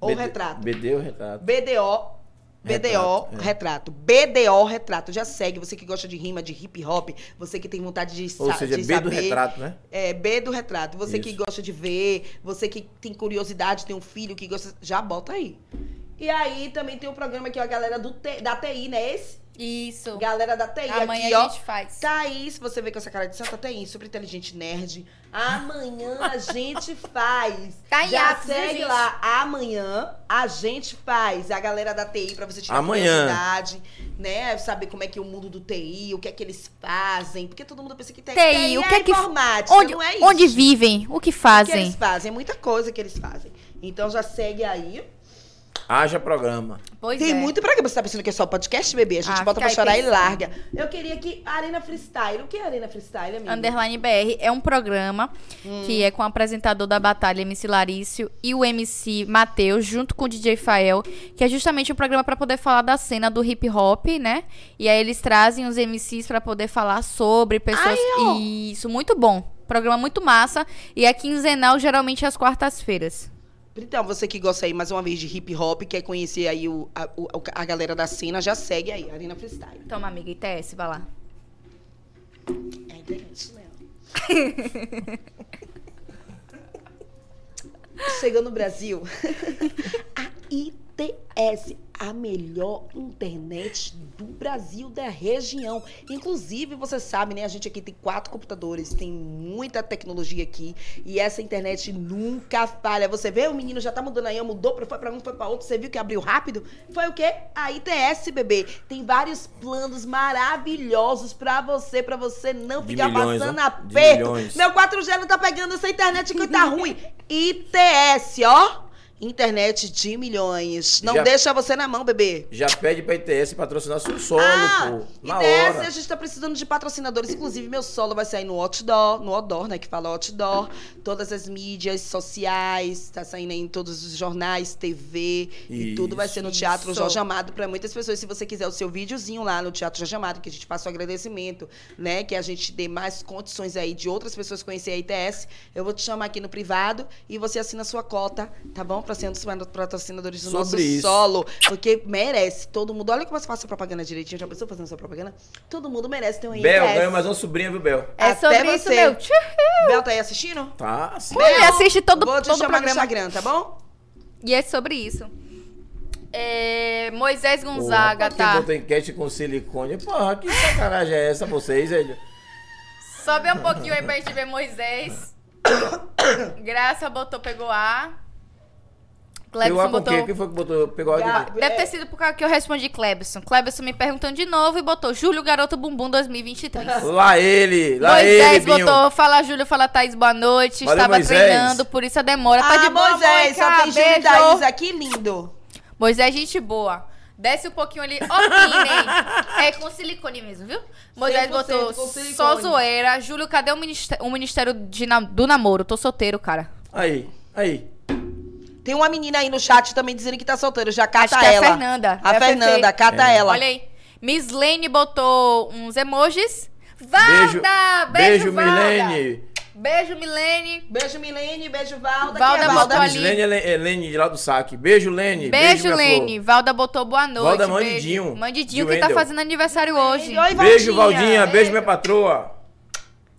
ou BD Retrato. BD ou retrato. BDO. BDO, Retrato, é. retrato. BDO, retrato. Já segue. Você que gosta de rima, de hip hop. Você que tem vontade de, Ou sa- seja, de B saber. do retrato, né? É, B do retrato. Você que Isso. gosta de ver. Você que tem curiosidade, tem um filho que gosta. Já bota aí. E aí também tem o programa que é a galera do T- da TI, né? Esse? Isso. Galera da TI Amanhã aqui, a ó. gente faz. Thaís, Tá você vê com essa cara de santa, tem super inteligente nerd. Amanhã a gente faz. Tá em Já atos, viu, segue gente? lá. Amanhã a gente faz. A galera da TI pra você tirar Amanhã. curiosidade, né? Saber como é que é o mundo do TI, o que é que eles fazem. Porque todo mundo pensa que TI, TI, o que é que- informática, Onde, não é isso. onde vivem? O que O que eles fazem? fazem? É muita coisa que eles fazem. Então já segue aí. Haja programa. Pois Tem é. muito programa. Você tá pensando que é só podcast, bebê? A gente Ah, fica bota pra aí chorar e pensando. larga. Eu queria que a Arena Freestyle. O que é Arena Freestyle, amiga? Underline BR é um programa que é com o apresentador da batalha MC Larício e o MC Matheus, junto com o DJ Fael, que é justamente um programa pra poder falar da cena do hip hop, né? E aí eles trazem os MCs pra poder falar sobre pessoas. Isso, muito bom. Programa muito massa. E é quinzenal, geralmente às quartas-feiras. Então, você que gosta aí mais uma vez de hip hop, quer conhecer aí o, a, o- a galera da cena, já segue aí, Arena Freestyle. Toma, amiga, ITS, vai lá. Ainda é isso mesmo. Chegou no Brasil, a ITS, a melhor internet do Brasil, da região. Inclusive, você sabe, né? A gente aqui tem quatro computadores, tem muita tecnologia aqui e essa internet nunca falha. Você vê, o menino já tá mudando aí, ó, mudou, pra- foi pra um, foi pra outro, você viu que abriu rápido? Foi o quê? A ITS, bebê. Tem vários planos maravilhosos pra você, pra você não De ficar milhões, passando ó. De aperto. milhões. Meu 4G não tá pegando essa internet que tá ruim. ITS, ó. Internet de milhões. Não Já- deixa você na mão, bebê. Já pede pra ITS patrocinar seu solo, pô. Na ITS, hora. Ah, a gente tá precisando de patrocinadores. Inclusive, meu solo vai sair no outdoor, no outdoor, né? Que fala outdoor. Todas as mídias sociais, tá saindo aí em todos os jornais, TV e tudo vai ser no Teatro Isso. Jorge Amado para muitas pessoas. Se você quiser o seu videozinho lá no Teatro Jorge Amado, que a gente faça o agradecimento, né? Que a gente dê mais condições aí de outras pessoas conhecer a ITS. Eu vou te chamar aqui no privado e você assina a sua cota, tá bom? Pra ser um dos patrocinadores do Sobre nosso isso. solo. Porque merece todo mundo. Olha como você faz a propaganda direitinho. Já pensou fazendo sua propaganda? Todo mundo merece ter um ITS. Bel, ganha mais uma sobrinha, viu, Bel? É Até sobre isso, você. meu. Tchau. Bel tá aí assistindo? Tá, assim. Ele assiste todo, Vou te todo o chamar programa. no Instagram, tá bom? E é sobre isso. É, Moisés Porra, Gonzaga, pra tá? Quem botou enquete com silicone? Porra, que sacanagem é essa, vocês? velho? Sobe um pouquinho aí pra gente ver Moisés. Graça botou, pegou A. Pegou Clebson a com botou. quem? Quem foi que botou? Pegou a Ah, com quem? Deve ter sido por causa que eu respondi Clebson. Clebson me perguntando de novo e botou Júlio Garoto Bumbum 2023. Lá ele, lá Moisés ele, Binho. botou, fala Júlio, fala Thaís, boa noite. Valeu, Estava Moisés. treinando, por isso a demora. tá ah, de boa, Moisés, Moica, só tem Gil e beijo. Thaís aqui, lindo. Moisés, é, gente boa. Desce um pouquinho ali, opinem. é com silicone mesmo, viu? Moisés 100% botou com só silicone. zoeira. Júlio, cadê o ministério, o ministério de na- do namoro? Tô solteiro, cara. Aí, aí. Tem uma menina aí no chat também dizendo que tá solteira. Já cata Acho que é a ela. Fernanda. A É a Fernanda, Fefe. cata É. ela. Olha aí. Miss Lane botou uns emojis. Beijo, Valda! Beijo, Valda. Milene. Beijo, Milene. Beijo, Milene. Beijo, Valda. Valda Quem é botou ali. Milene é Le- é Lene de lá do saque. Beijo, Lene. Beijo, minha Lene. flor. Valda botou boa noite. Valda beijo. Mandidinho, Mandidinho de que tá Wendel. fazendo aniversário hoje. Oi, Beijo, Valdinha. Valdinha. Beijo, minha patroa.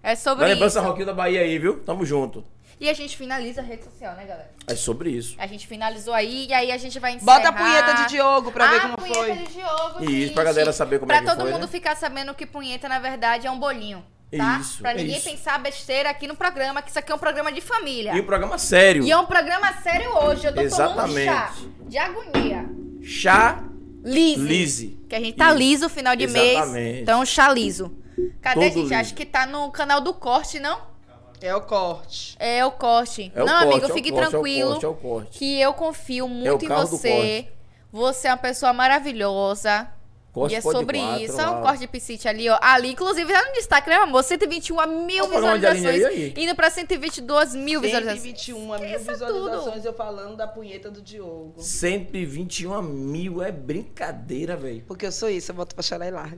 É sobre Da lembrança isso. Roquinho da Bahia aí, viu? Tamo junto. E a gente finaliza a rede social, né, galera? É sobre isso. A gente finalizou aí e aí a gente vai encerrar. Ah, Bota a punheta de Diogo pra ver como A punheta foi. de Diogo, Isso, gente. pra galera saber como pra é que todo foi, mundo né? ficar sabendo que punheta, na verdade, é um bolinho, tá? Isso, pra é ninguém isso. pensar besteira aqui no programa, que isso aqui é um programa de família. E um programa sério. E é um programa sério hoje. Eu tô tomando um Exatamente. chá de agonia. Chá Lise. Lise. Que a gente tá Isso. liso final de mês. Exatamente. Então, chá liso. Cadê, Todo gente? liso. Acho que tá no canal do corte, não? É o corte. É o corte. É o não, corte, amigo, é o fique corte, é o tranquilo. corte, é o corte. Que eu confio É o muito em carro do você. Você é uma pessoa maravilhosa. Corte e é pode sobre quatro, isso. É um lá. corte de piscite ali, ó. Ali, inclusive, tá no destaque, né, amor? 121 mil Olha o programa de Aline aí, visualizações. aí. Indo pra 122 mil visualizações. 121 mil Esqueça um, visualizações eu falando da punheta do Diogo. 121 mil é brincadeira, velho. Porque eu sou isso, eu boto pra chorar e larga.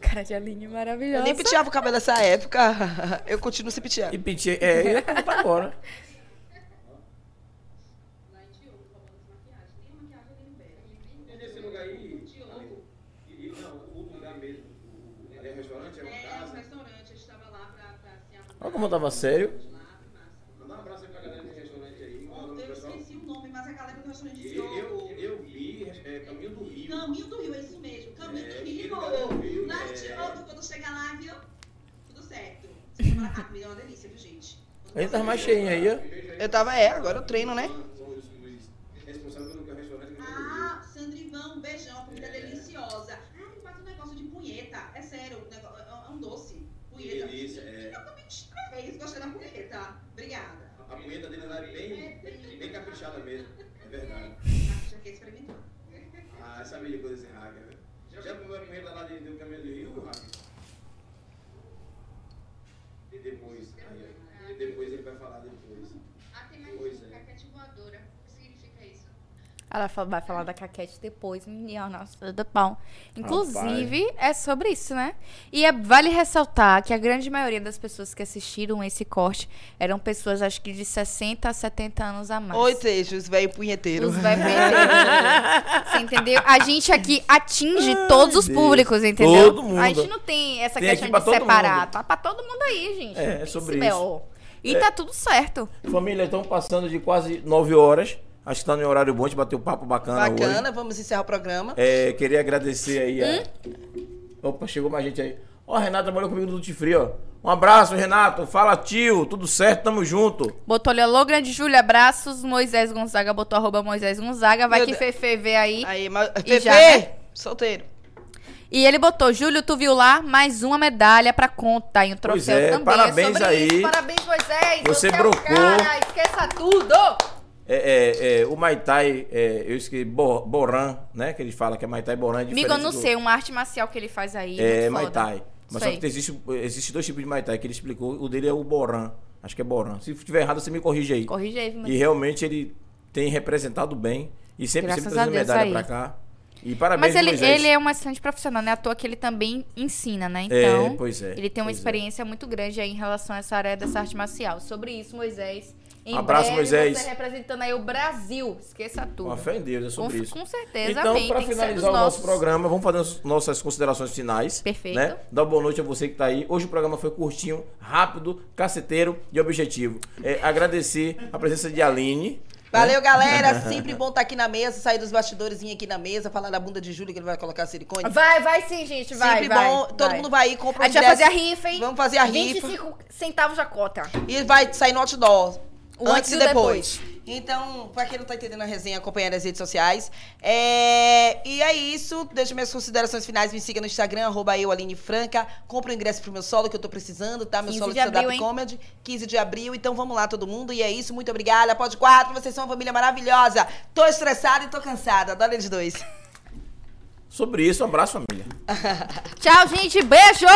Cara de Aline maravilhosa. Eu nem penteava o cabelo nessa época. Eu continuo se penteando. E pedi, é, eu ia perguntar agora. E nesse lugar aí? Diogo. E, e não, o lugar mesmo. o- Ali é restaurante, é uma casa. restaurante, a gente tava lá pra, pra se arrumar. Olha como eu tava sério. Mandar um abraço aí pra galera desse restaurante aí. Qual é o nome do Eu pessoal? esqueci o nome, mas a galera do restaurante de Eu, eu, Diogo. eu vi é, Caminho do Rio. Caminho do Rio, é isso mesmo. Caminho É, do aquele Rio. lugar do Rio, Lá é. de Diogo, quando chegar lá, viu? Tudo certo. Você vai lá, comida é uma delícia, viu, gente? Ele tava mais cheinho aí, ó. Eu tava, é, agora eu treino, né? Os- os responsáveis pelo restaurante Caminho do Rio. Ah, Sandrivão, um beijão, a comida é deliciosa. Ah, faz um negócio de punheta. É sério, o negócio- é é um doce. Punheta. Que delícia, é. Eu comi de uma vez, gostei da punheta. Obrigada. A punheta dele lá é bem, bem caprichada mesmo. É verdade. Já quer experimentar. Ah, essa de coisa sem hacker, velho. Já comeu a punheta lá de- do Caminho do Rio, hacker? E depois, aí, ó. depois ele vai falar depois. Ah, tem mais Pois um, é. Ah, carpete voador. Ela fa- vai falar da caquete depois, menina, nossa, do pau. Inclusive, é sobre isso, né? E é- vale ressaltar que a grande maioria das pessoas que assistiram esse corte eram pessoas, acho que de 60 a 70 anos a mais. Oi, Teixos, velho punheteiro. Os vai perder. Você entendeu? A gente aqui atinge todos os Deus. públicos, entendeu? Todo mundo. A gente não tem essa Tem aqui questão pra de todo separar. mundo. Tá pra todo mundo aí, gente. É, Não é tem sobre É. esse BO. E tá tudo certo. Família, estão passando de quase 9 horas. Acho que tá no horário bom, a gente bateu um papo bacana, hoje. Bacana, vamos encerrar o programa. É, queria agradecer aí a... Hum? Opa, chegou mais gente aí. Ó, o Renato trabalhou comigo no Duty Free, ó. Um abraço, Renato. Fala, tio. Tudo certo, tamo junto. Botou ali, alô, grande Júlia, abraços. Moisés Gonzaga botou arroba Moisés Gonzaga. Vai Meu que Deus. Fefe vê aí. Aí, mas... E Fefe, já, né? solteiro. E ele botou, Júlio, tu viu lá? Mais uma medalha pra conta e um Pois troféu é, também. parabéns sobre aí. isso. Parabéns, Moisés. Você é o brocou. Cara, esqueça tudo. É, é, é, o Maitai, é, eu esqueci, Bo- Boran, né? Que ele fala que é Maitai Boran. É Amigo, eu diferente não do- sei, uma arte marcial que ele faz aí. É, muito foda. Maitai. Mas Isso só aí. que existe, existe dois tipos de Maitai que ele explicou. O dele é o Boran. Acho que é Boran. Se tiver errado, você me corrige aí. Corrige aí, E mas... realmente ele tem representado bem. E sempre, Graças sempre a trazendo Deus, medalha aí. pra cá. E parabéns, Mas ele, Moisés. ele é um excelente profissional, né? À toa que ele também ensina, né? É, Então, pois é, ele tem uma pois é. experiência muito grande aí em relação a essa área dessa arte marcial. Sobre isso, Moisés. Em Abraço, breve, Moisés. Você representando aí o Brasil. Esqueça tudo. Uma fé em Deus, é sobre um com, isso. com certeza, então, amém. para Tem que ser dos finalizar o nosso nossos. programa, vamos fazer as nossas considerações finais. Perfeito. Né? Dá uma boa noite a você que está aí. Hoje o programa foi curtinho, rápido, caceteiro e objetivo. É, agradecer a presença de Aline. Valeu, galera. Sempre bom estar aqui na mesa, sair dos bastidores, vir aqui na mesa, falar da bunda de Júlio que ele vai colocar silicone. Vai, vai sim, gente. Vai, Sempre vai, bom. Todo vai. mundo vai aí, compra A um gente vai ingresso fazer a rifa, hein? Vamos fazer a rifa. 25 centavos a cota. E vai sair no outdoor. O antes antes e e depois. Então, pra quem não tá entendendo a resenha, acompanhar nas redes sociais. É, E é isso. Deixo minhas considerações finais. Me siga no Instagram, arroba eu, Aline Franca. Compre o ingresso pro meu solo que eu tô precisando, tá? Meu 15 solo de de stand-up abril, hein? comedy. 15 de abril. Então vamos lá, todo mundo. E é isso. Muito obrigada. Pode quatro. Vocês são uma família maravilhosa. Tô estressada e tô cansada. Adoro eles dois. Sobre isso, um abraço, família. Tchau, gente. Beijo!